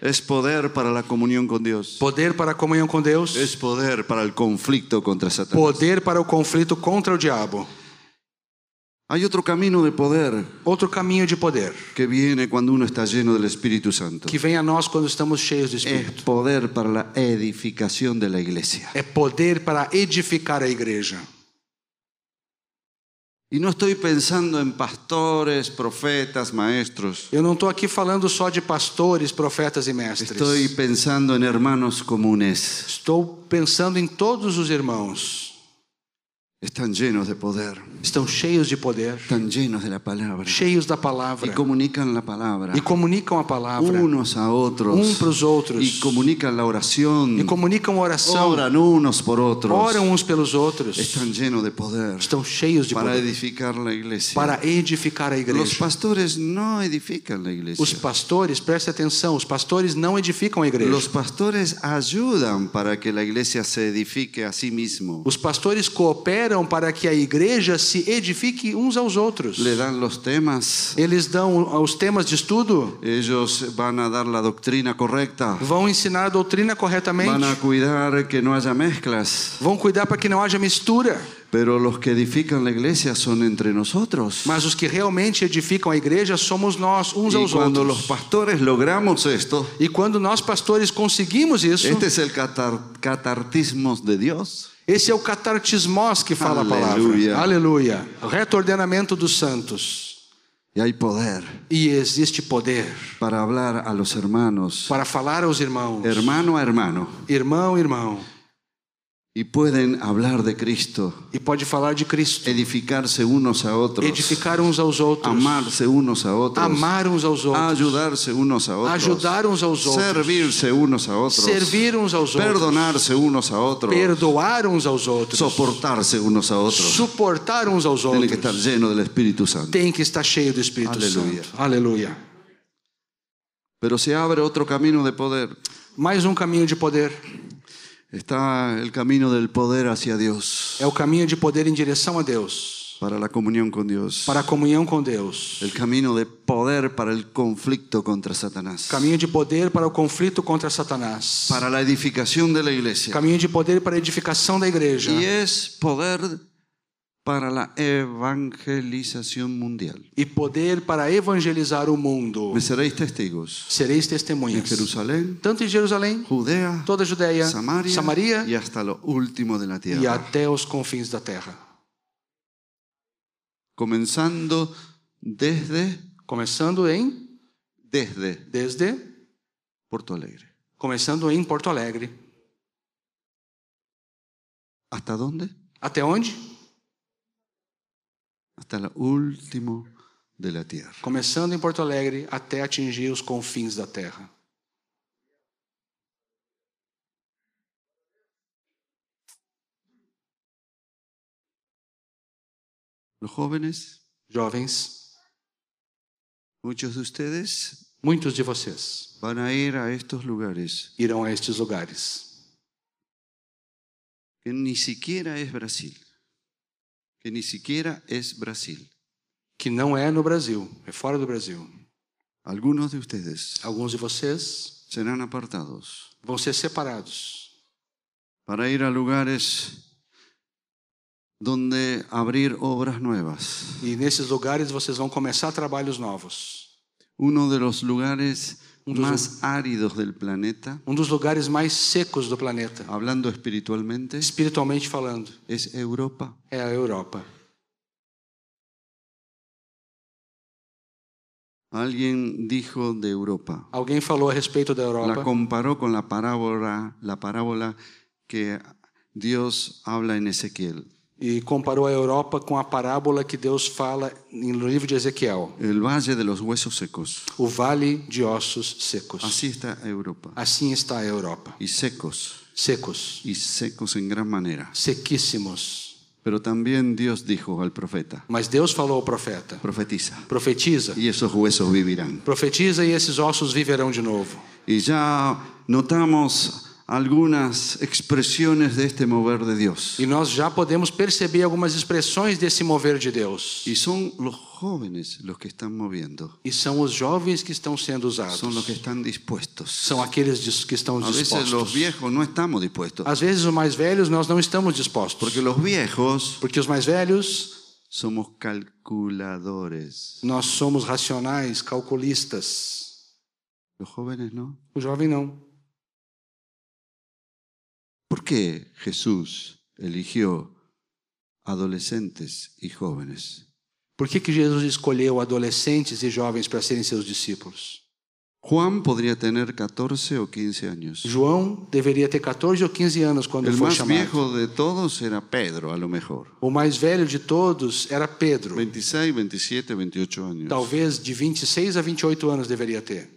[SPEAKER 1] Es poder para la comunión con Dios.
[SPEAKER 2] Poder para a comunhão com Deus.
[SPEAKER 1] Es poder para el conflicto contra Satanás.
[SPEAKER 2] Poder para o conflito contra o diabo.
[SPEAKER 1] Hay otro camino de poder
[SPEAKER 2] Outro caminho de poder
[SPEAKER 1] que viene cuando uno está lleno del Espíritu Santo.
[SPEAKER 2] que vem a nós quando estamos cheios do
[SPEAKER 1] Es
[SPEAKER 2] Espírito.
[SPEAKER 1] poder para la edificación de la iglesia.
[SPEAKER 2] É poder para edificar a igreja.
[SPEAKER 1] Y no estoy pensando en pastores, profetas, maestros.
[SPEAKER 2] Eu não estou aqui falando só de pastores, profetas e mestres.
[SPEAKER 1] Estoy pensando en hermanos comunes.
[SPEAKER 2] Estou pensando em todos os irmãos.
[SPEAKER 1] Están llenos de poder,
[SPEAKER 2] Estão cheios de poder,
[SPEAKER 1] están llenos de la palabra
[SPEAKER 2] cheios da
[SPEAKER 1] y
[SPEAKER 2] palavra
[SPEAKER 1] comunican la palabra
[SPEAKER 2] e comunicam a palavra
[SPEAKER 1] unos a
[SPEAKER 2] um
[SPEAKER 1] otros
[SPEAKER 2] para os outros
[SPEAKER 1] y comunican la
[SPEAKER 2] e
[SPEAKER 1] oración,
[SPEAKER 2] comunicam oração,
[SPEAKER 1] oran unos por otros.
[SPEAKER 2] oram uns pelos outros.
[SPEAKER 1] Están llenos de poder
[SPEAKER 2] Estão cheios de
[SPEAKER 1] para
[SPEAKER 2] poder
[SPEAKER 1] edificar la iglesia.
[SPEAKER 2] para edificar a
[SPEAKER 1] Los
[SPEAKER 2] igreja.
[SPEAKER 1] pastores no edifican la iglesia.
[SPEAKER 2] Os pastores, preste atenção, os pastores não edificam a igreja.
[SPEAKER 1] Los pastores ayudan para que la iglesia se edifique a sí mismo.
[SPEAKER 2] Os pastores cooperam para que a igreja se edifique uns aos outros.
[SPEAKER 1] Le dan los temas,
[SPEAKER 2] Eles dão os temas de estudo,
[SPEAKER 1] ellos van a dar la doctrina correcta,
[SPEAKER 2] vão ensinar a doutrina
[SPEAKER 1] van
[SPEAKER 2] corretamente,
[SPEAKER 1] a cuidar que no haya mezclas.
[SPEAKER 2] vão cuidar para que não haja mistura.
[SPEAKER 1] Pero los que edifican la iglesia son entre nosotros.
[SPEAKER 2] Mas os que realmente edificam a igreja somos nós, uns
[SPEAKER 1] Y
[SPEAKER 2] aos
[SPEAKER 1] cuando
[SPEAKER 2] outros.
[SPEAKER 1] los pastores logramos esto,
[SPEAKER 2] E quando nós, pastores, conseguimos isso,
[SPEAKER 1] este es el catar- catartismo de Dios.
[SPEAKER 2] esse é o catartismos que fala
[SPEAKER 1] Aleluia.
[SPEAKER 2] a palavra. Aleluia. O retordenamento dos santos.
[SPEAKER 1] Y hay poder
[SPEAKER 2] E existe poder
[SPEAKER 1] para hablar a los hermanos,
[SPEAKER 2] para falar aos irmãos,
[SPEAKER 1] hermano a hermano.
[SPEAKER 2] irmão, irmão.
[SPEAKER 1] y pueden hablar de Cristo,
[SPEAKER 2] E pode falar de Cristo,
[SPEAKER 1] edificarse unos a otros,
[SPEAKER 2] edificar uns aos outros,
[SPEAKER 1] amarse unos a otros,
[SPEAKER 2] amar uns aos outros,
[SPEAKER 1] ayudarse unos a otros,
[SPEAKER 2] ajudar uns aos outros,
[SPEAKER 1] servirse unos a otros,
[SPEAKER 2] servir uns aos outros,
[SPEAKER 1] perdonarse unos a otros,
[SPEAKER 2] perdoar uns aos outros,
[SPEAKER 1] soportarse unos a otros.
[SPEAKER 2] suportar uns aos
[SPEAKER 1] Tiene que
[SPEAKER 2] outros.
[SPEAKER 1] estar lleno del Espíritu Santo.
[SPEAKER 2] tem que estar cheio do Espírito
[SPEAKER 1] Aleluia.
[SPEAKER 2] Santo. Aleluia.
[SPEAKER 1] Pero se abre otro camino de poder.
[SPEAKER 2] Mais um caminho de poder.
[SPEAKER 1] Está el camino del poder hacia Dios,
[SPEAKER 2] É o caminho de poder em direção a Deus,
[SPEAKER 1] para la comunión con Dios.
[SPEAKER 2] para a comunhão com Deus.
[SPEAKER 1] El camino de poder para el conflicto contra Satanás.
[SPEAKER 2] Caminho de poder para o conflito contra Satanás.
[SPEAKER 1] Para la edificación de la iglesia.
[SPEAKER 2] Caminho de poder para a edificação da igreja.
[SPEAKER 1] Y es poder para la evangelización mundial.
[SPEAKER 2] E poder para evangelizar o mundo.
[SPEAKER 1] Me seréis testigos
[SPEAKER 2] Sereis
[SPEAKER 1] en
[SPEAKER 2] testemunhas.
[SPEAKER 1] Jerusalén,
[SPEAKER 2] Tanto em Jerusalém,
[SPEAKER 1] Judea,
[SPEAKER 2] toda a Judéia,
[SPEAKER 1] Samaria,
[SPEAKER 2] Samaria
[SPEAKER 1] y hasta lo último de la
[SPEAKER 2] e
[SPEAKER 1] tierra.
[SPEAKER 2] até os confins da terra.
[SPEAKER 1] Comenzando desde,
[SPEAKER 2] Começando em
[SPEAKER 1] desde
[SPEAKER 2] desde
[SPEAKER 1] Porto Alegre.
[SPEAKER 2] começando em Porto Alegre.
[SPEAKER 1] ¿Hasta dónde?
[SPEAKER 2] Até onde?
[SPEAKER 1] Hasta lo último de la tierra.
[SPEAKER 2] Começando em Porto Alegre até atingir os confins da terra.
[SPEAKER 1] Los jóvenes,
[SPEAKER 2] Jovens,
[SPEAKER 1] muchos de ustedes
[SPEAKER 2] muitos de vocês
[SPEAKER 1] van a ir a estos lugares
[SPEAKER 2] irão a estes lugares,
[SPEAKER 1] que ni siquiera es Brasil. Que ni siquiera es Brasil.
[SPEAKER 2] que não é no Brasil, é fora do Brasil.
[SPEAKER 1] Algunos de ustedes
[SPEAKER 2] Alguns de vocês
[SPEAKER 1] serán apartados
[SPEAKER 2] vão ser separados
[SPEAKER 1] para ir a lugares donde abrir obras nuevas.
[SPEAKER 2] e nesses lugares vocês vão começar trabalhos novos.
[SPEAKER 1] Uno de los lugares
[SPEAKER 2] Uno de los-
[SPEAKER 1] más áridos del planeta,
[SPEAKER 2] Um dos lugares mais secos do planeta,
[SPEAKER 1] hablando espiritualmente,
[SPEAKER 2] espiritualmente falando,
[SPEAKER 1] es Europa.
[SPEAKER 2] é a Europa.
[SPEAKER 1] Alguien dijo de Europa.
[SPEAKER 2] Alguém falou a respeito da
[SPEAKER 1] La
[SPEAKER 2] Europa.
[SPEAKER 1] comparó con la parábola, la parábola que Dios habla en Ezequiel.
[SPEAKER 2] e comparou a Europa com a parábola que Deus fala no livro de Ezequiel,
[SPEAKER 1] El valle de los huesos secos.
[SPEAKER 2] o vale de ossos secos.
[SPEAKER 1] Así está Europa.
[SPEAKER 2] Assim está a Europa,
[SPEAKER 1] Y secos,
[SPEAKER 2] secos,
[SPEAKER 1] y secos en gran manera.
[SPEAKER 2] sequíssimos.
[SPEAKER 1] Pero también Dios dijo al profeta,
[SPEAKER 2] Mas Deus falou ao profeta:
[SPEAKER 1] profetiza,
[SPEAKER 2] profetiza,
[SPEAKER 1] y esos huesos vivirán.
[SPEAKER 2] profetiza e esses ossos viverão de novo.
[SPEAKER 1] Y ya notamos algunas expresiones de este mover de Dios.
[SPEAKER 2] E nós já podemos perceber algumas expressões desse mover de Deus.
[SPEAKER 1] Y son los jóvenes los que están moviendo,
[SPEAKER 2] E são os jovens que estão sendo usados.
[SPEAKER 1] son los que están dispuestos.
[SPEAKER 2] São aqueles dis- que estão
[SPEAKER 1] A veces los
[SPEAKER 2] dispostos.
[SPEAKER 1] viejos no estamos dispuestos,
[SPEAKER 2] Às vezes, os mais velhos, nós não estamos dispostos.
[SPEAKER 1] porque los viejos
[SPEAKER 2] Porque os mais velhos
[SPEAKER 1] somos calculadores,
[SPEAKER 2] Nós somos racionais, calculistas.
[SPEAKER 1] los jóvenes no.
[SPEAKER 2] O jovem não.
[SPEAKER 1] ¿Por qué Jesús eligió adolescentes y jóvenes?
[SPEAKER 2] Por que, que Jesus escolheu adolescentes e jovens para serem seus discípulos?
[SPEAKER 1] Juan podría tener 14 o 15 años.
[SPEAKER 2] João deveria ter 14 ou 15 anos quando
[SPEAKER 1] El
[SPEAKER 2] foi
[SPEAKER 1] más
[SPEAKER 2] chamado.
[SPEAKER 1] viejo de todos era Pedro, a lo mejor.
[SPEAKER 2] O mais velho de todos era Pedro.
[SPEAKER 1] 26, 27, 28 años.
[SPEAKER 2] Talvez de 26 a 28 anos deveria ter.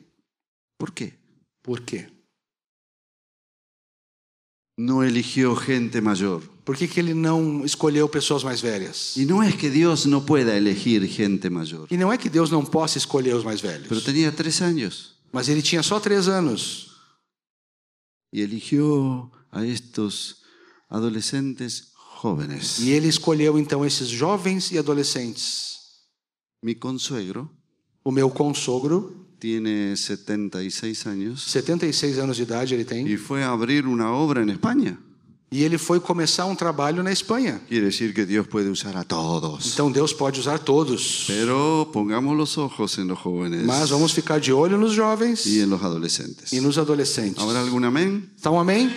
[SPEAKER 1] ¿Por qué?
[SPEAKER 2] Por quê?
[SPEAKER 1] No eligió gente mayor.
[SPEAKER 2] Por que, que ele não escolheu pessoas mais velhas?
[SPEAKER 1] Y no es que Dios no pueda elegir gente mayor.
[SPEAKER 2] E não é que Deus não possa escolher os mais
[SPEAKER 1] Pero
[SPEAKER 2] velhos.
[SPEAKER 1] tenía tres años
[SPEAKER 2] Mas ele tinha só três anos.
[SPEAKER 1] y eligió a estos adolescentes jóvenes.
[SPEAKER 2] E ele escolheu então esses jovens e adolescentes.
[SPEAKER 1] Mi consuegro
[SPEAKER 2] O meu consogro,
[SPEAKER 1] tiene 76 años
[SPEAKER 2] 76 anos de idade ele tem.
[SPEAKER 1] y fue a abrir una obra en España.
[SPEAKER 2] E ele foi começar um trabalho na Espanha.
[SPEAKER 1] Quiere decir que Dios puede usar a todos.
[SPEAKER 2] Então Deus pode usar todos.
[SPEAKER 1] Pero pongamos los ojos en los jóvenes
[SPEAKER 2] Mas vamos ficar de olho nos jovens
[SPEAKER 1] y en los adolescentes.
[SPEAKER 2] e nos adolescentes.
[SPEAKER 1] ¿Habrá algún amén?
[SPEAKER 2] Então, amém?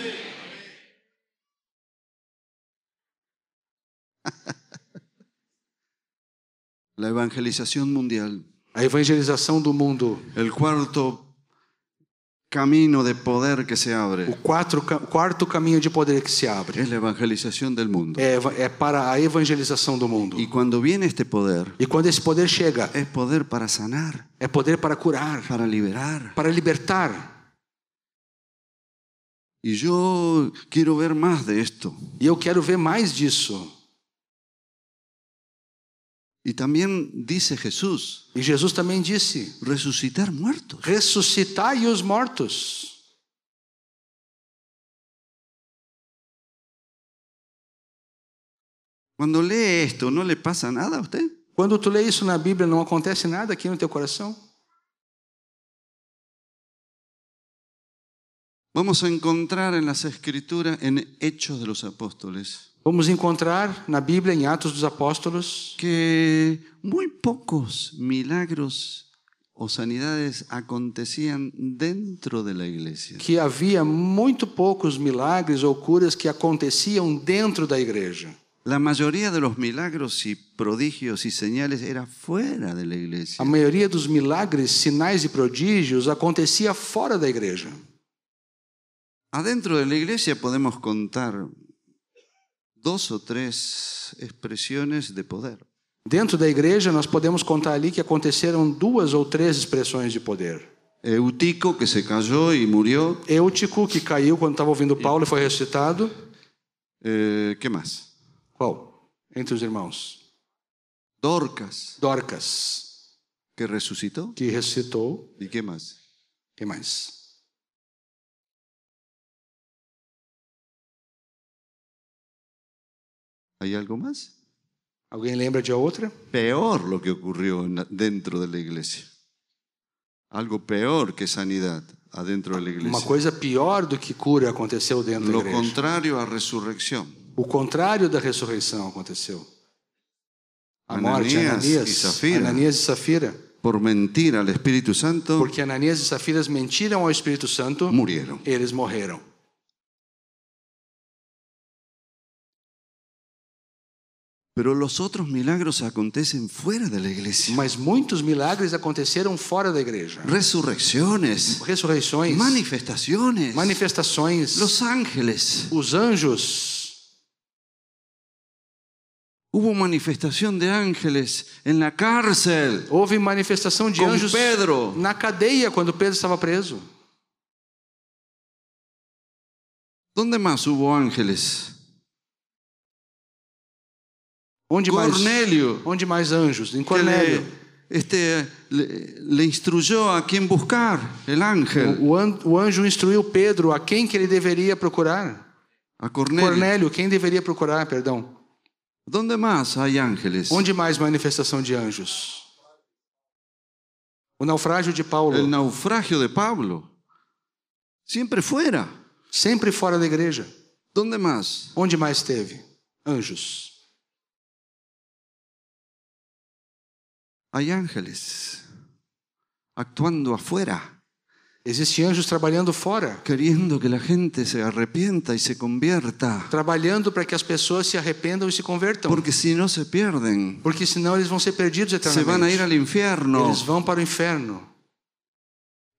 [SPEAKER 1] La evangelización mundial.
[SPEAKER 2] A evangelização do mundo.
[SPEAKER 1] El cuarto camino de poder que se
[SPEAKER 2] O
[SPEAKER 1] abre
[SPEAKER 2] quatro, ca- quarto caminho de poder que se abre
[SPEAKER 1] es la evangelização del mundo.
[SPEAKER 2] é, eva- é para a evangelização do mundo.
[SPEAKER 1] Y cuando viene este poder,
[SPEAKER 2] E quando esse poder chega,
[SPEAKER 1] es poder para sanar,
[SPEAKER 2] é poder para curar,
[SPEAKER 1] para liberar.
[SPEAKER 2] para libertar.
[SPEAKER 1] Y yo quiero ver más de esto.
[SPEAKER 2] E eu quero ver mais disso.
[SPEAKER 1] Y también dice Jesús,
[SPEAKER 2] E Jesus também disse:
[SPEAKER 1] resucitar muertos.
[SPEAKER 2] ressuscitai os mortos.
[SPEAKER 1] Cuando lee esto, ¿no le pasa nada a usted?
[SPEAKER 2] Quando tu lê isso na Bíblia, não acontece nada aqui no teu coração?
[SPEAKER 1] Vamos a encontrar en las escrituras, en Hechos de los Apóstoles,
[SPEAKER 2] Vamos encontrar na Bíblia, em Atos dos Apóstolos,
[SPEAKER 1] que muy pocos milagros o sanidades acontecían dentro de la iglesia.
[SPEAKER 2] que havia muito poucos milagres ou curas que aconteciam dentro da igreja.
[SPEAKER 1] La mayoría de los milagros y prodigios y señales era fuera de la
[SPEAKER 2] A
[SPEAKER 1] iglesia.
[SPEAKER 2] maioria dos milagres, sinais e prodígios acontecia fora da igreja.
[SPEAKER 1] Adentro de la iglesia podemos contar dos o tres expresiones de poder.
[SPEAKER 2] Dentro da igreja, nós podemos contar ali que aconteceram duas ou três expressões de poder.
[SPEAKER 1] Eutico que se cayó y murió.
[SPEAKER 2] Eutico, que caiu quando estava ouvindo Paulo e foi ressuscitado.
[SPEAKER 1] Eh, ¿Qué más?
[SPEAKER 2] Qual? Entre os irmãos.
[SPEAKER 1] Dorcas
[SPEAKER 2] Dorcas,
[SPEAKER 1] que resucitó.
[SPEAKER 2] que ressuscitou.
[SPEAKER 1] ¿Y qué más?
[SPEAKER 2] Quem mais?
[SPEAKER 1] ¿Hay algo más?
[SPEAKER 2] Alguém lembra de outra?
[SPEAKER 1] Peor lo que ocurrió en la- dentro de la iglesia. Algo peor que sanidad adentro de la
[SPEAKER 2] Uma
[SPEAKER 1] iglesia.
[SPEAKER 2] coisa pior do que cura aconteceu dentro da
[SPEAKER 1] Lo
[SPEAKER 2] igreja.
[SPEAKER 1] contrario a resurrección.
[SPEAKER 2] O contrário da ressurreição aconteceu. A morte,
[SPEAKER 1] Ananias
[SPEAKER 2] Ananias,
[SPEAKER 1] e Safira.
[SPEAKER 2] Ananias e Safira.
[SPEAKER 1] por mentir al Espíritu Santo,
[SPEAKER 2] Porque Ananias e Safiras mentiram ao Espírito Santo,
[SPEAKER 1] murieron.
[SPEAKER 2] eles morreram.
[SPEAKER 1] Pero los otros milagros acontecen fuera de la iglesia.
[SPEAKER 2] Mas muitos milagres aconteceram fora da igreja.
[SPEAKER 1] Resurrecciones,
[SPEAKER 2] Ressurreições,
[SPEAKER 1] manifestaciones,
[SPEAKER 2] manifestações,
[SPEAKER 1] los ángeles.
[SPEAKER 2] os anjos.
[SPEAKER 1] Hubo manifestación de ángeles en la cárcel
[SPEAKER 2] Houve manifestação de
[SPEAKER 1] con
[SPEAKER 2] anjos
[SPEAKER 1] Pedro.
[SPEAKER 2] na cadeia quando Pedro estava preso.
[SPEAKER 1] ¿Dónde más hubo ángeles?
[SPEAKER 2] Onde mais?
[SPEAKER 1] Cornelio,
[SPEAKER 2] Onde mais anjos? Em
[SPEAKER 1] que
[SPEAKER 2] Cornélio.
[SPEAKER 1] le, este, le- le instruyó a quién buscar, el ángel,
[SPEAKER 2] O, an- o anjo instruiu Pedro a quem que ele deveria procurar.
[SPEAKER 1] a Cornelio.
[SPEAKER 2] Cornélio, quem deveria procurar, perdão.
[SPEAKER 1] ¿Dónde más hay ángeles?
[SPEAKER 2] Onde mais manifestação de anjos? O naufrágio de Paulo,
[SPEAKER 1] El naufragio de Pablo. Siempre fuera.
[SPEAKER 2] sempre fora da igreja.
[SPEAKER 1] ¿Dónde más?
[SPEAKER 2] Onde mais teve? Anjos.
[SPEAKER 1] Hay ángeles actuando afuera,
[SPEAKER 2] Existem anjos trabalhando fora,
[SPEAKER 1] queriendo que la gente se arrepienta y se convierta,
[SPEAKER 2] trabalhando para que as pessoas se arrependam e se convertam,
[SPEAKER 1] porque si no se pierden,
[SPEAKER 2] porque senão eles vão ser perdidos
[SPEAKER 1] se van a
[SPEAKER 2] eternamente.
[SPEAKER 1] ir al infierno.
[SPEAKER 2] Eles vão para o inferno.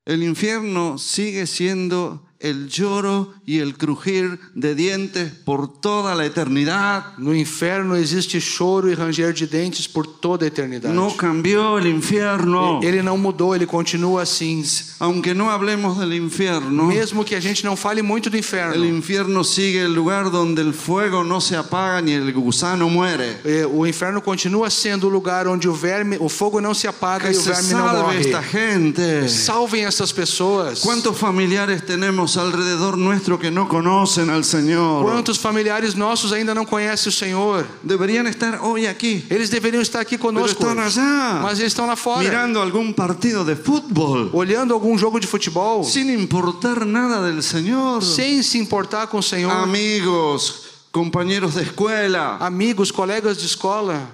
[SPEAKER 1] El infierno sigue siendo el lloro y el crujir de dientes por toda la eternidad.
[SPEAKER 2] No inferno existe choro e ranger de dentes por toda a eternidade.
[SPEAKER 1] No cambió el infierno.
[SPEAKER 2] Ele não mudou, ele continua assim.
[SPEAKER 1] Aunque no hablemos del infierno,
[SPEAKER 2] Mesmo que a gente não fale muito do
[SPEAKER 1] El
[SPEAKER 2] inferno,
[SPEAKER 1] infierno sigue el lugar donde el fuego no se apaga ni el gusano muere.
[SPEAKER 2] eh, o inferno continua sendo o lugar onde o verme, o fogo não se apaga
[SPEAKER 1] Que
[SPEAKER 2] e o
[SPEAKER 1] se
[SPEAKER 2] verme não
[SPEAKER 1] salve
[SPEAKER 2] morre.
[SPEAKER 1] esta gente.
[SPEAKER 2] Salvem essas pessoas.
[SPEAKER 1] ¿Cuántos familiares tenemos alrededor nuestro que no conocen al Señor?
[SPEAKER 2] Quantos familiares nossos ainda não conhecem o Senhor?
[SPEAKER 1] Deberían estar hoy aquí,
[SPEAKER 2] Eles deveriam estar aqui
[SPEAKER 1] pero
[SPEAKER 2] conosco,
[SPEAKER 1] están allá
[SPEAKER 2] mas eles estão lá fora,
[SPEAKER 1] mirando algún partido de fútbol
[SPEAKER 2] olhando algum jogo de futebol,
[SPEAKER 1] sin importar nada del Señor.
[SPEAKER 2] sem se importar com o Senhor.
[SPEAKER 1] Amigos, compañeros de escuela,
[SPEAKER 2] Amigos, colegas de escola,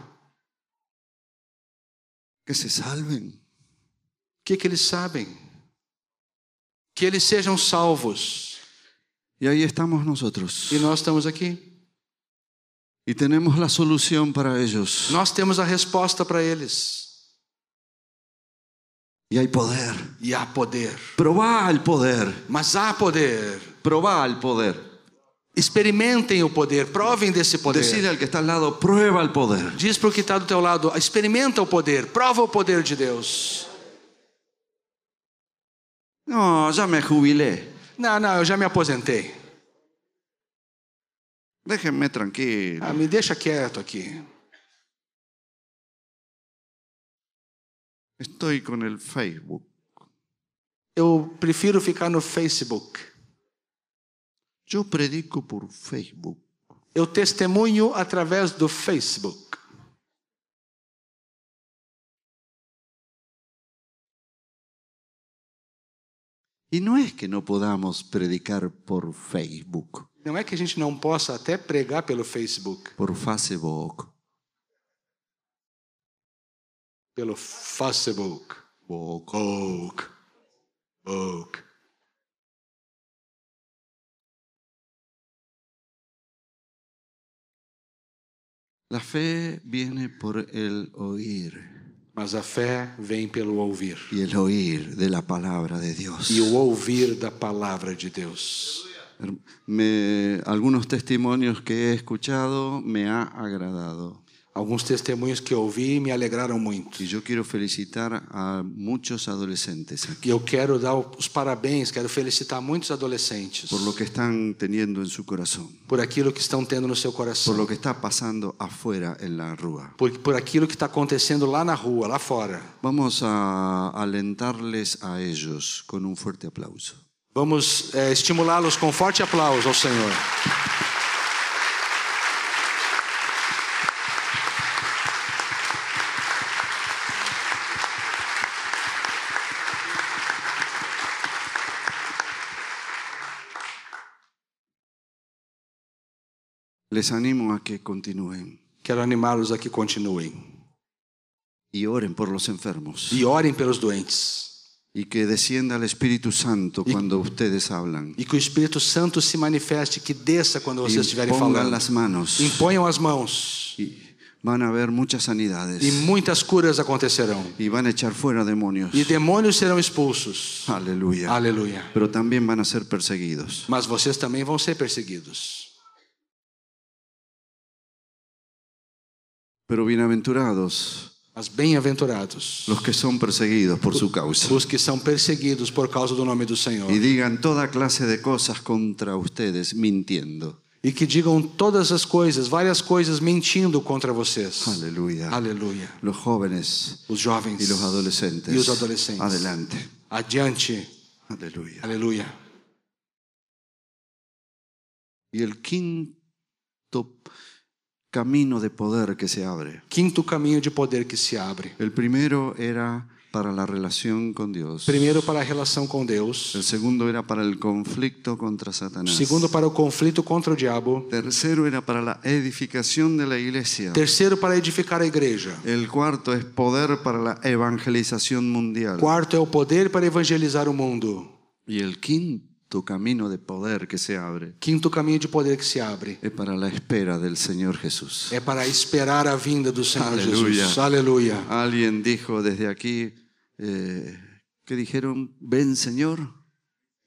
[SPEAKER 1] que se salven.
[SPEAKER 2] o que, que eles sabem? Que eles sejam salvos.
[SPEAKER 1] Y ahí estamos nosotros.
[SPEAKER 2] E nós estamos aqui.
[SPEAKER 1] Y tenemos la solución para ellos.
[SPEAKER 2] Nós temos a resposta para eles.
[SPEAKER 1] Y hay poder.
[SPEAKER 2] E há poder.
[SPEAKER 1] Probá el poder.
[SPEAKER 2] Mas há poder.
[SPEAKER 1] Probá el poder.
[SPEAKER 2] Experimentem o poder, provem desse poder.
[SPEAKER 1] Decirle al que está al lado, prueba el poder.
[SPEAKER 2] Diz para o que está do teu lado, experimenta o poder, prova o poder de Deus.
[SPEAKER 1] No, ya me jubilé.
[SPEAKER 2] Não, não, eu já me aposentei.
[SPEAKER 1] Déjenme tranquilo.
[SPEAKER 2] Ah, me deixa quieto aqui.
[SPEAKER 1] Estoy con el Facebook.
[SPEAKER 2] Eu prefiro ficar no Facebook.
[SPEAKER 1] Yo predico por Facebook.
[SPEAKER 2] Eu testemunho através do Facebook.
[SPEAKER 1] Y no es que no podamos predicar por Facebook,
[SPEAKER 2] Não é que a gente não possa até pregar pelo Facebook,
[SPEAKER 1] por Facebook.
[SPEAKER 2] pelo Facebook. Facebook. Facebook.
[SPEAKER 1] La fe viene por el oír
[SPEAKER 2] Mas a fé vem pelo ouvir.
[SPEAKER 1] y el oír de la palabra de Dios.
[SPEAKER 2] E o ouvir da palavra de Deus.
[SPEAKER 1] Me- algunos testimonios que he escuchado me ha agradado.
[SPEAKER 2] Alguns testemunhos que eu ouvi me alegraram muito.
[SPEAKER 1] Y yo quiero felicitar a muchos adolescentes aquí
[SPEAKER 2] E eu quero dar os parabéns, quero felicitar muitos adolescentes
[SPEAKER 1] por lo que están teniendo en su corazón,
[SPEAKER 2] por aquilo que estão tendo no seu
[SPEAKER 1] por
[SPEAKER 2] coração,
[SPEAKER 1] lo que está pasando afuera en la rúa.
[SPEAKER 2] por, por aquilo que está acontecendo lá na rua, lá fora.
[SPEAKER 1] Vamos a alentarles a ellos con un fuerte aplauso.
[SPEAKER 2] Vamos eh, estimulá-los com forte aplauso ao Senhor.
[SPEAKER 1] Les animo a que continúen
[SPEAKER 2] Quero animá-los a que continuem.
[SPEAKER 1] y oren por los enfermos
[SPEAKER 2] E orem pelos doentes.
[SPEAKER 1] y que descienda el Espíritu Santo cuando ustedes hablan.
[SPEAKER 2] E que o Espírito Santo se manifeste, que desça quando
[SPEAKER 1] Y
[SPEAKER 2] vocês estiverem
[SPEAKER 1] pongan
[SPEAKER 2] falando.
[SPEAKER 1] las manos
[SPEAKER 2] Imponham as mãos.
[SPEAKER 1] y van a haber muchas sanidades
[SPEAKER 2] E muitas curas acontecerão.
[SPEAKER 1] y van a echar fuera demonios.
[SPEAKER 2] E demônios serão expulsos.
[SPEAKER 1] Aleluya.
[SPEAKER 2] Aleluia.
[SPEAKER 1] Pero también van a ser perseguidos.
[SPEAKER 2] Mas vocês também vão ser perseguidos.
[SPEAKER 1] Pero bienaventurados
[SPEAKER 2] Mas bem-aventurados
[SPEAKER 1] los que son perseguidos por su causa.
[SPEAKER 2] os que são perseguidos por causa do nome do Senhor.
[SPEAKER 1] Y digan toda clase de cosas contra ustedes mintiendo.
[SPEAKER 2] E que digam todas as coisas, várias coisas, mentindo contra vocês.
[SPEAKER 1] Aleluya.
[SPEAKER 2] Aleluia.
[SPEAKER 1] Los jóvenes
[SPEAKER 2] Os jovens
[SPEAKER 1] y los adolescentes.
[SPEAKER 2] e os adolescentes.
[SPEAKER 1] Adelante.
[SPEAKER 2] Adiante.
[SPEAKER 1] Aleluya.
[SPEAKER 2] Aleluia.
[SPEAKER 1] Y el quinto camino de poder que se abre.
[SPEAKER 2] Quinto caminho de poder que se abre.
[SPEAKER 1] El primero era para la relación con Dios.
[SPEAKER 2] Primeiro para a relação com Deus.
[SPEAKER 1] El segundo era para el conflicto contra Satanás.
[SPEAKER 2] Segundo para o conflito contra o diabo.
[SPEAKER 1] Tercero era para la edificación de la iglesia.
[SPEAKER 2] Terceiro para edificar a igreja.
[SPEAKER 1] El cuarto es poder para la evangelización mundial.
[SPEAKER 2] Quarto é o poder para evangelizar o mundo.
[SPEAKER 1] Y el quinto camino de poder que se abre
[SPEAKER 2] Quinto caminho de poder que se abre
[SPEAKER 1] es para la espera del Señor Jesús.
[SPEAKER 2] é para esperar a vinda do Senhor
[SPEAKER 1] Aleluia.
[SPEAKER 2] Jesus. Aleluia.
[SPEAKER 1] Alguien dijo desde aquí eh, que dijeron, ven Señor,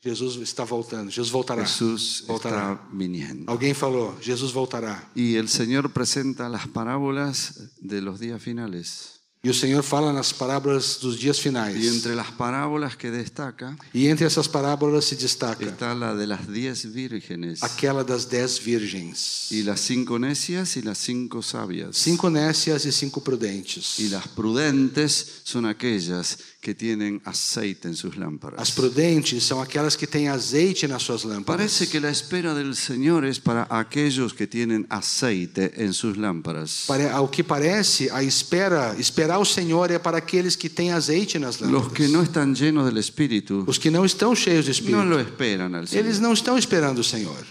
[SPEAKER 2] Jesus está voltando. Jesus voltará. Ah,
[SPEAKER 1] Jesús
[SPEAKER 2] voltará.
[SPEAKER 1] está viniendo.
[SPEAKER 2] Alguém falou, Jesus voltará.
[SPEAKER 1] Y el Señor presenta las parábolas de los días finales.
[SPEAKER 2] E o Senhor fala nas parábolas dos dias finais.
[SPEAKER 1] Y entre las parábolas que destaca
[SPEAKER 2] E entre essas parábolas se destaca
[SPEAKER 1] está la de las diez vírgenes
[SPEAKER 2] aquela das dez virgens.
[SPEAKER 1] y las cinco necias y las cinco sabias.
[SPEAKER 2] Cinco nécias e cinco prudentes.
[SPEAKER 1] Y las prudentes son aquellas que tienen aceite en sus lámparas.
[SPEAKER 2] As prudentes são aquelas que têm azeite nas suas lâmpadas.
[SPEAKER 1] Parece que la espera del Señor es para aquellos que tienen aceite en sus lámparas.
[SPEAKER 2] Pare- Ao que parece, a espera, esperar o Senhor é para aqueles que têm azeite nas lâmpadas.
[SPEAKER 1] Los que no están llenos del Espíritu
[SPEAKER 2] Os que não estão cheios do Espírito.
[SPEAKER 1] no lo esperan al
[SPEAKER 2] Eles
[SPEAKER 1] Señor.
[SPEAKER 2] não estão esperando o Senhor.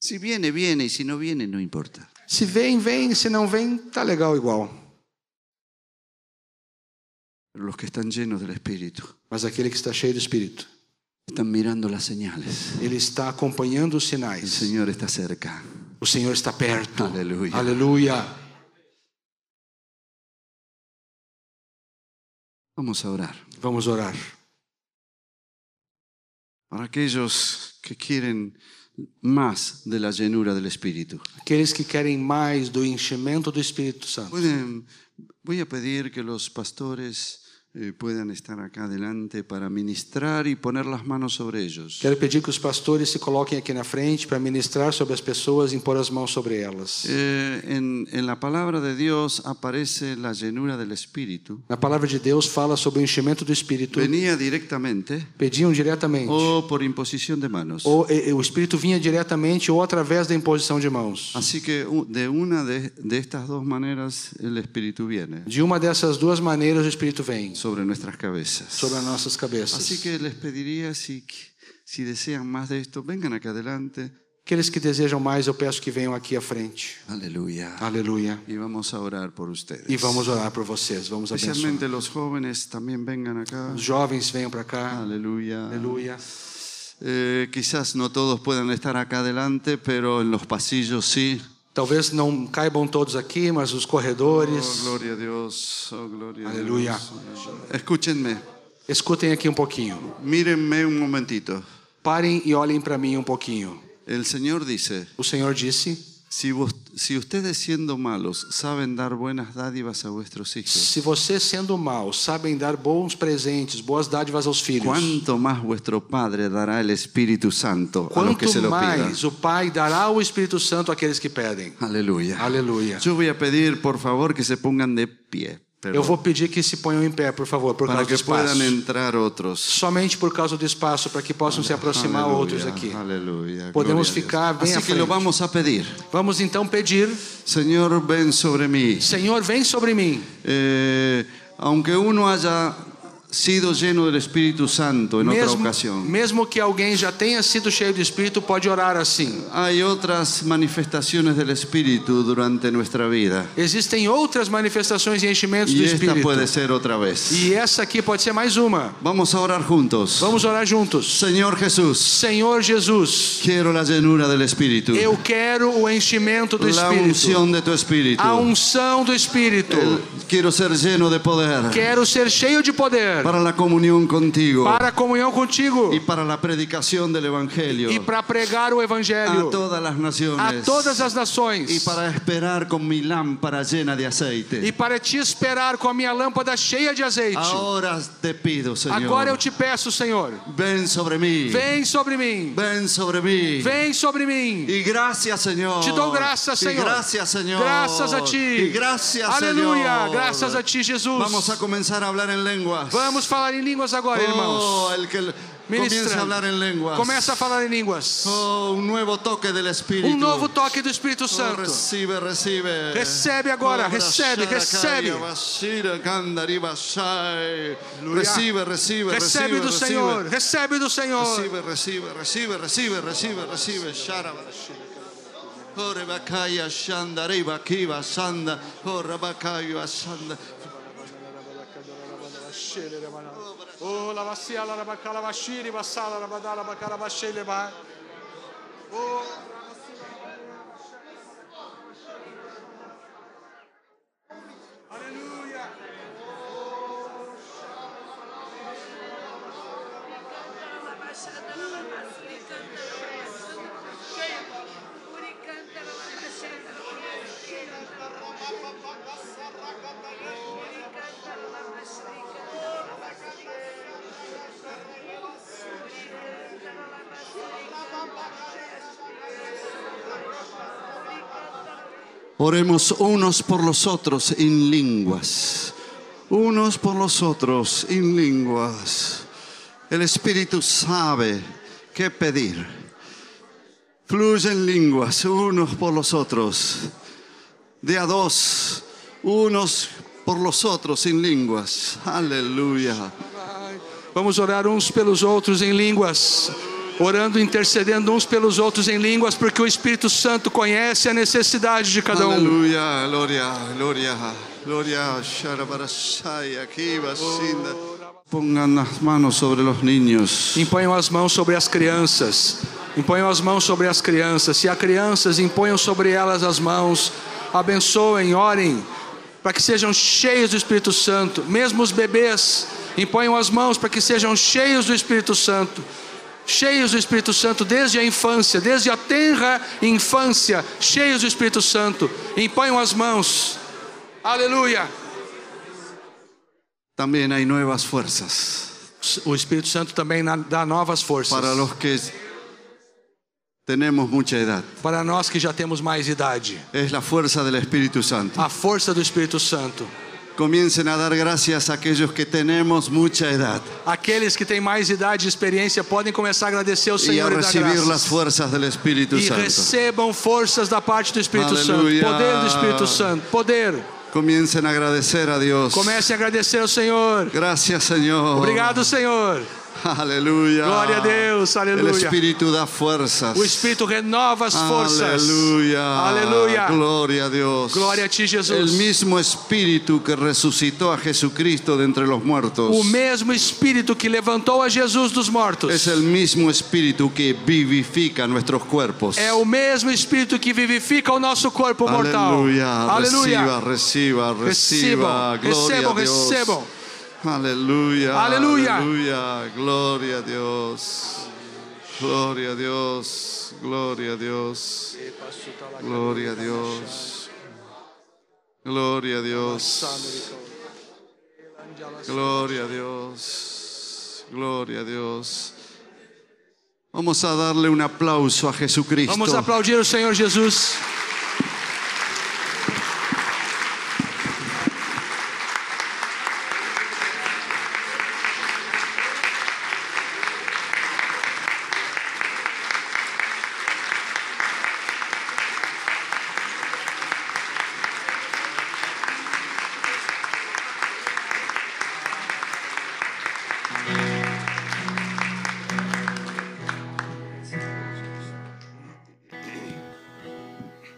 [SPEAKER 1] Si viene, viene, y si no viene, no importa.
[SPEAKER 2] Se vem, vem. Se não vem, tá legal igual.
[SPEAKER 1] Pero los que están llenos del Espíritu
[SPEAKER 2] Mas aquele que está cheio do Espírito,
[SPEAKER 1] están mirando las señales.
[SPEAKER 2] ele está acompanhando os
[SPEAKER 1] El
[SPEAKER 2] sinais.
[SPEAKER 1] Señor está cerca.
[SPEAKER 2] O Senhor está perto.
[SPEAKER 1] Aleluia.
[SPEAKER 2] Aleluia.
[SPEAKER 1] Vamos a orar.
[SPEAKER 2] Vamos orar.
[SPEAKER 1] Para aquellos que quieren más de la llenura del Espíritu.
[SPEAKER 2] Aqueles que querem mais do enchimento do Espírito Santo.
[SPEAKER 1] Pueden- voy a pedir que los pastores eh, puedan estar acá adelante para ministrar y poner las manos sobre ellos.
[SPEAKER 2] Quero pedir que os pastores se coloquem aqui na frente para ministrar sobre as pessoas e impor as mãos sobre elas.
[SPEAKER 1] Eh, en, en la palabra de Dios aparece la llenura del Espíritu.
[SPEAKER 2] Na palavra de Deus fala sobre o enchimento do Espírito.
[SPEAKER 1] Venía directamente
[SPEAKER 2] Pediam diretamente. Ou,
[SPEAKER 1] o por imposición de manos.
[SPEAKER 2] eh, eh, o Espírito vinha diretamente ou através da imposição de mãos.
[SPEAKER 1] Así que u- de una de, de estas dos maneras el Espíritu viene
[SPEAKER 2] De uma dessas duas maneiras o Espírito vem
[SPEAKER 1] sobre nuestras cabezas.
[SPEAKER 2] sobre as nossas cabeças.
[SPEAKER 1] Así que les pediría si, si desean más de esto, vengan acá adelante.
[SPEAKER 2] Aqueles que desejam mais, eu peço que venham aqui à frente.
[SPEAKER 1] Aleluya.
[SPEAKER 2] Aleluia.
[SPEAKER 1] Y vamos a orar por ustedes.
[SPEAKER 2] E vamos orar por vocês. Vamos abençoar.
[SPEAKER 1] Especialmente los jóvenes también vengan acá.
[SPEAKER 2] Os jovens venham para cá.
[SPEAKER 1] Aleluya.
[SPEAKER 2] Aleluia.
[SPEAKER 1] Eh, quizás no todos puedan estar acá adelante, pero en los pasillos sí.
[SPEAKER 2] Talvez não caibam todos aqui, mas os
[SPEAKER 1] Oh,
[SPEAKER 2] corredores.
[SPEAKER 1] gloria a Dios. Oh, gloria a
[SPEAKER 2] Aleluya.
[SPEAKER 1] Dios. Escúchenme.
[SPEAKER 2] Escutem aqui um pouquinho.
[SPEAKER 1] Mírenme un momentito.
[SPEAKER 2] Parem e olhem para mim um pouquinho.
[SPEAKER 1] El Señor dice,
[SPEAKER 2] O Senhor disse:
[SPEAKER 1] si, vos- si ustedes siendo malos saben dar buenas dádivas a vuestros hijos,
[SPEAKER 2] Se vocês, sendo maus, sabem dar bons presentes, boas dádivas aos filhos,
[SPEAKER 1] ¿Cuánto más vuestro Padre dará el Espíritu Santo a los que se
[SPEAKER 2] quanto
[SPEAKER 1] lo pidan?
[SPEAKER 2] mais o Pai dará o Espírito Santo àqueles que pedem.
[SPEAKER 1] Aleluya.
[SPEAKER 2] Aleluia.
[SPEAKER 1] Yo voy a pedir, por favor, que se pongan de pie pero-
[SPEAKER 2] Eu vou pedir que se ponham em pé, por favor, por
[SPEAKER 1] para
[SPEAKER 2] causa do
[SPEAKER 1] que puedan
[SPEAKER 2] espaço.
[SPEAKER 1] entrar otros.
[SPEAKER 2] Somente por causa do espaço, para que possam se aproximar outros aqui.
[SPEAKER 1] aleluya.
[SPEAKER 2] Podemos
[SPEAKER 1] gloria a Dios.
[SPEAKER 2] ficar bien
[SPEAKER 1] Así
[SPEAKER 2] a
[SPEAKER 1] que lo
[SPEAKER 2] frente.
[SPEAKER 1] vamos a pedir.
[SPEAKER 2] Vamos então pedir:
[SPEAKER 1] Señor, ven sobre mí.
[SPEAKER 2] Senhor, vem sobre mim.
[SPEAKER 1] Eh, aunque uno haya sido lleno del Espíritu Santo en otra
[SPEAKER 2] Mesmo,
[SPEAKER 1] ocasión,
[SPEAKER 2] mesmo que alguém já tenha sido cheio do Espírito, pode orar assim.
[SPEAKER 1] hay otras manifestaciones del Espíritu durante nuestra vida.
[SPEAKER 2] Existem outras manifestações e enchimentos
[SPEAKER 1] Y
[SPEAKER 2] do
[SPEAKER 1] esta
[SPEAKER 2] Espírito.
[SPEAKER 1] puede ser otra vez.
[SPEAKER 2] E essa aqui pode ser mais uma.
[SPEAKER 1] Vamos a orar juntos.
[SPEAKER 2] Vamos orar juntos.
[SPEAKER 1] Señor Jesús,
[SPEAKER 2] Senhor Jesus,
[SPEAKER 1] quiero la llenura del Espíritu,
[SPEAKER 2] eu quero o enchimento do
[SPEAKER 1] la
[SPEAKER 2] Espírito,
[SPEAKER 1] unción de tu Espíritu.
[SPEAKER 2] a unção do Espírito.
[SPEAKER 1] El- quiero ser lleno de poder
[SPEAKER 2] Quero ser cheio de poder
[SPEAKER 1] para la comunión contigo
[SPEAKER 2] para a comunhão contigo
[SPEAKER 1] y para la predicación del Evangelio
[SPEAKER 2] e para pregar o
[SPEAKER 1] a
[SPEAKER 2] Evangelho
[SPEAKER 1] todas las
[SPEAKER 2] a
[SPEAKER 1] naciones
[SPEAKER 2] todas as
[SPEAKER 1] y
[SPEAKER 2] nações
[SPEAKER 1] para esperar con mi lámpara llena de aceite.
[SPEAKER 2] e para te esperar com a minha lâmpada cheia de azeite.
[SPEAKER 1] Ahora te pido,
[SPEAKER 2] Agora eu
[SPEAKER 1] Señor,
[SPEAKER 2] te peço, Senhor,
[SPEAKER 1] ven sobre mí,
[SPEAKER 2] vem sobre mim,
[SPEAKER 1] ven sobre mí.
[SPEAKER 2] vem sobre mim.
[SPEAKER 1] Y gracias, Señor.
[SPEAKER 2] Te dou graças,
[SPEAKER 1] Y
[SPEAKER 2] Senhor.
[SPEAKER 1] gracias, Señor.
[SPEAKER 2] Graças a
[SPEAKER 1] Y
[SPEAKER 2] ti.
[SPEAKER 1] gracias,
[SPEAKER 2] Aleluia.
[SPEAKER 1] Señor.
[SPEAKER 2] Graças a ti, Jesus.
[SPEAKER 1] Vamos a comenzar a hablar en lenguas.
[SPEAKER 2] Vamos falar em línguas agora, irmãos.
[SPEAKER 1] Oh, el que l- comienza a hablar en
[SPEAKER 2] Ministrando.
[SPEAKER 1] lenguas.
[SPEAKER 2] Começa a falar em línguas.
[SPEAKER 1] Oh, un nuevo toque del Espíritu.
[SPEAKER 2] Um novo toque do Espírito
[SPEAKER 1] Oh,
[SPEAKER 2] Santo.
[SPEAKER 1] recibe, recibe.
[SPEAKER 2] Recebe agora,
[SPEAKER 1] Oh,
[SPEAKER 2] recebe,
[SPEAKER 1] Brashara,
[SPEAKER 2] recebe.
[SPEAKER 1] Karia, Bashira, Kandari, Bashai. Recibe, recibe,
[SPEAKER 2] Recebe do
[SPEAKER 1] recibe,
[SPEAKER 2] Senhor, recebe do Senhor.
[SPEAKER 1] Recibe, recibe, recibe, recibe, recibe, recibe. Shara barashira. Ore bakaya shanda reba kiva sanda. Ora bakaya shanda.
[SPEAKER 2] Oh, lavacia, larabacala, baxiri, bassala, rabadala, bacala, baxele, ba- Oh. Aleluia.
[SPEAKER 1] Oremos unos por los otros en lenguas. Unos por los otros en lenguas. El Espíritu sabe qué pedir. Fluyen lenguas unos por los otros. De a dos, unos por los otros en lenguas. Aleluya.
[SPEAKER 2] Vamos orar uns pelos outros em línguas. Orando, intercedendo uns pelos outros em línguas, porque o Espírito Santo conhece a necessidade de cada um.
[SPEAKER 1] Aleluya, gloria, gloria, gloria. Sharabarasai, aquí Basinda. Pongan las manos sobre los niños.
[SPEAKER 2] Imponham as mãos sobre as crianças. Imponham as mãos sobre as crianças. Se há crianças, imponham sobre elas as mãos. Abençoem, orem, para que sejam cheios do Espírito Santo. Mesmo os bebês, imponham as mãos para que sejam cheios do Espírito Santo. Cheios do Espírito Santo desde a infância, desde a terra infância, cheios do Espírito Santo. Imponham as mãos. Aleluia.
[SPEAKER 1] También hay nuevas fuerzas
[SPEAKER 2] O Espírito Santo também na- dá novas forças
[SPEAKER 1] para los que tenemos mucha edad.
[SPEAKER 2] para nós que já temos mais idade.
[SPEAKER 1] Es la fuerza del Espíritu Santo.
[SPEAKER 2] A força do Espírito Santo.
[SPEAKER 1] Comiencen a dar gracias a aquellos que tenemos mucha edad
[SPEAKER 2] Aqueles que têm mais idade e experiência podem começar a agradecer ao
[SPEAKER 1] y a
[SPEAKER 2] Senhor e dar
[SPEAKER 1] recibir las
[SPEAKER 2] graças.
[SPEAKER 1] fuerzas del Espíritu
[SPEAKER 2] E
[SPEAKER 1] Santo.
[SPEAKER 2] recebam forças da parte do Espírito
[SPEAKER 1] Aleluia.
[SPEAKER 2] Santo. Poder do Espírito Santo. Poder.
[SPEAKER 1] Comiencen a agradecer a Dios.
[SPEAKER 2] Comece a agradecer ao Senhor.
[SPEAKER 1] Gracias, Señor.
[SPEAKER 2] Obrigado, Senhor.
[SPEAKER 1] Aleluya.
[SPEAKER 2] Glória a Deus.
[SPEAKER 1] El
[SPEAKER 2] Aleluia.
[SPEAKER 1] Espíritu da fuerzas.
[SPEAKER 2] O Espírito renova as forças.
[SPEAKER 1] Aleluya.
[SPEAKER 2] Aleluia.
[SPEAKER 1] Gloria a Dios.
[SPEAKER 2] Glória a ti,
[SPEAKER 1] El
[SPEAKER 2] Jesus.
[SPEAKER 1] mismo Espíritu que resucitó a Jesucristo de entre los muertos
[SPEAKER 2] O mesmo Espírito que levantou a Jesus dos mortos
[SPEAKER 1] es el mismo Espíritu que vivifica nuestros cuerpos.
[SPEAKER 2] é o mesmo Espírito que vivifica o nosso corpo mortal.
[SPEAKER 1] Aleluya.
[SPEAKER 2] Aleluia.
[SPEAKER 1] Reciba, reciba, reciba. Gloria
[SPEAKER 2] Recibam, recebam,
[SPEAKER 1] a Dios.
[SPEAKER 2] recebam.
[SPEAKER 1] Aleluya.
[SPEAKER 2] Aleluya.
[SPEAKER 1] Aleluya. Gloria a Dios. Gloria a Dios. Gloria a Dios. Gloria a Dios. Gloria a Dios. Gloria a Dios. Gloria a Dios. Vamos a darle un aplauso a Jesucristo.
[SPEAKER 2] Vamos aplaudir o Senhor Jesus.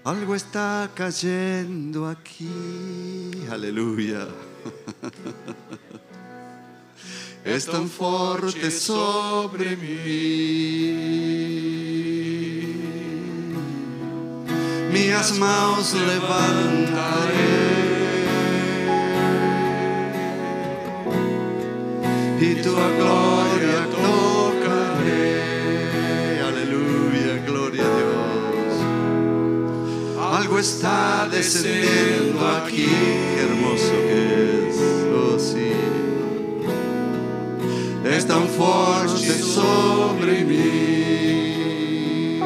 [SPEAKER 1] Algo está cayendo aquí. Aleluya. Es tan fuerte sobre mí. Minhas mãos levantaré y tua gloria tocaré. Aleluya, gloria a Dios. Algo está descendiendo aquí, Qué hermoso que es, oh sí. Es tan fuerte sobre mí.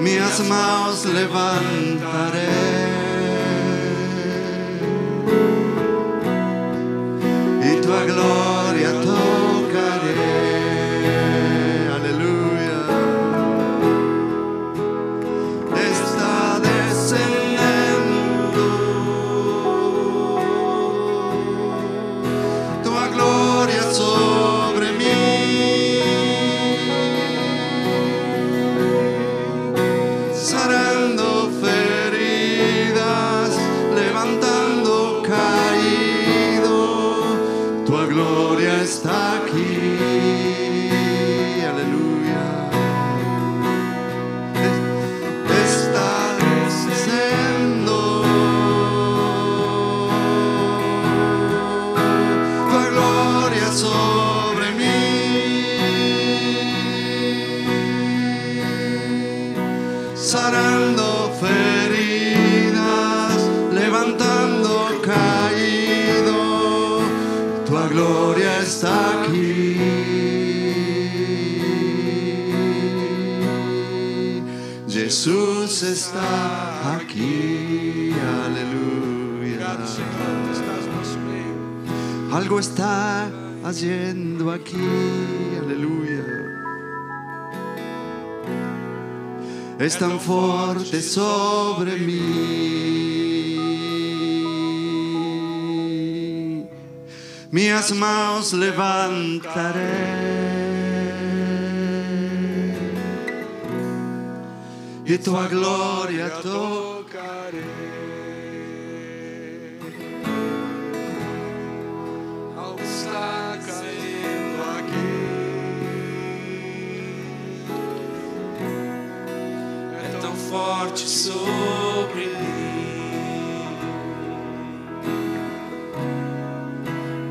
[SPEAKER 1] Minhas mãos levantaré e tua glória tocaré. Aleluia. está descendiendo tua gloria sobre mí, sanando feridas, levantando caído, tua gloria está aquí. Aleluya. Está descendiendo tu gloria sobre mí, sanando feridas, levantando caído, tu gloria está aquí. Jesús está aquí, aleluya. Algo está haciendo aquí, aleluya. Es tan fuerte sobre mí. Minhas mãos levantaré e tua glória tocarei. Algo está caindo aqui. É tão forte sobre mim.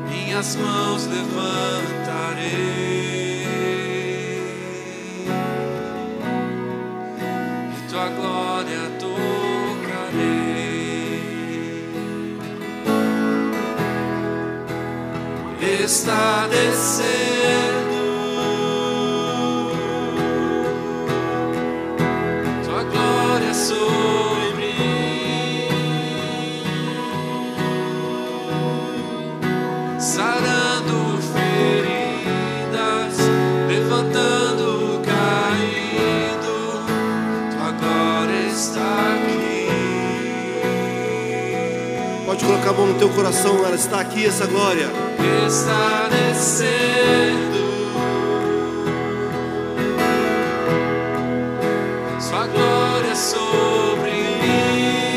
[SPEAKER 1] Minhas mãos levantarei e tua glória tocarei.
[SPEAKER 3] está descendo. Tua glória sobre mim, sarando feridas, levantando o caído. Tua glória está aqui.
[SPEAKER 4] Pode colocar a mão no teu coração, ela está aqui essa glória.
[SPEAKER 3] Está descendo, Sua glória sobre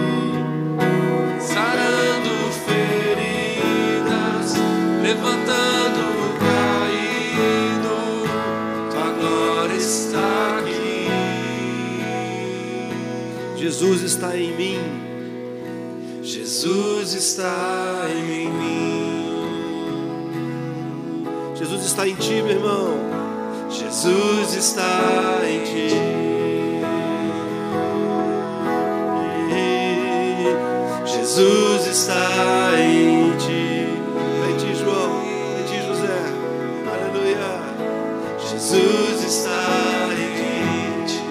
[SPEAKER 3] mim, sarando feridas, levantando o caído. Tua glória está aqui.
[SPEAKER 4] Jesus está em mim.
[SPEAKER 3] Jesus está em mim.
[SPEAKER 4] Jesus está em ti, meu irmão.
[SPEAKER 3] Jesus está em ti. Jesus está em
[SPEAKER 4] Está
[SPEAKER 3] ti.
[SPEAKER 4] em ti, João. Está em ti, José. Aleluia.
[SPEAKER 3] Jesus está em ti.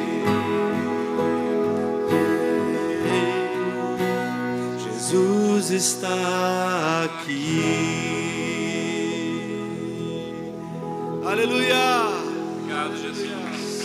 [SPEAKER 3] Jesus está aqui.
[SPEAKER 4] Aleluia.
[SPEAKER 3] Obrigado, Jesus.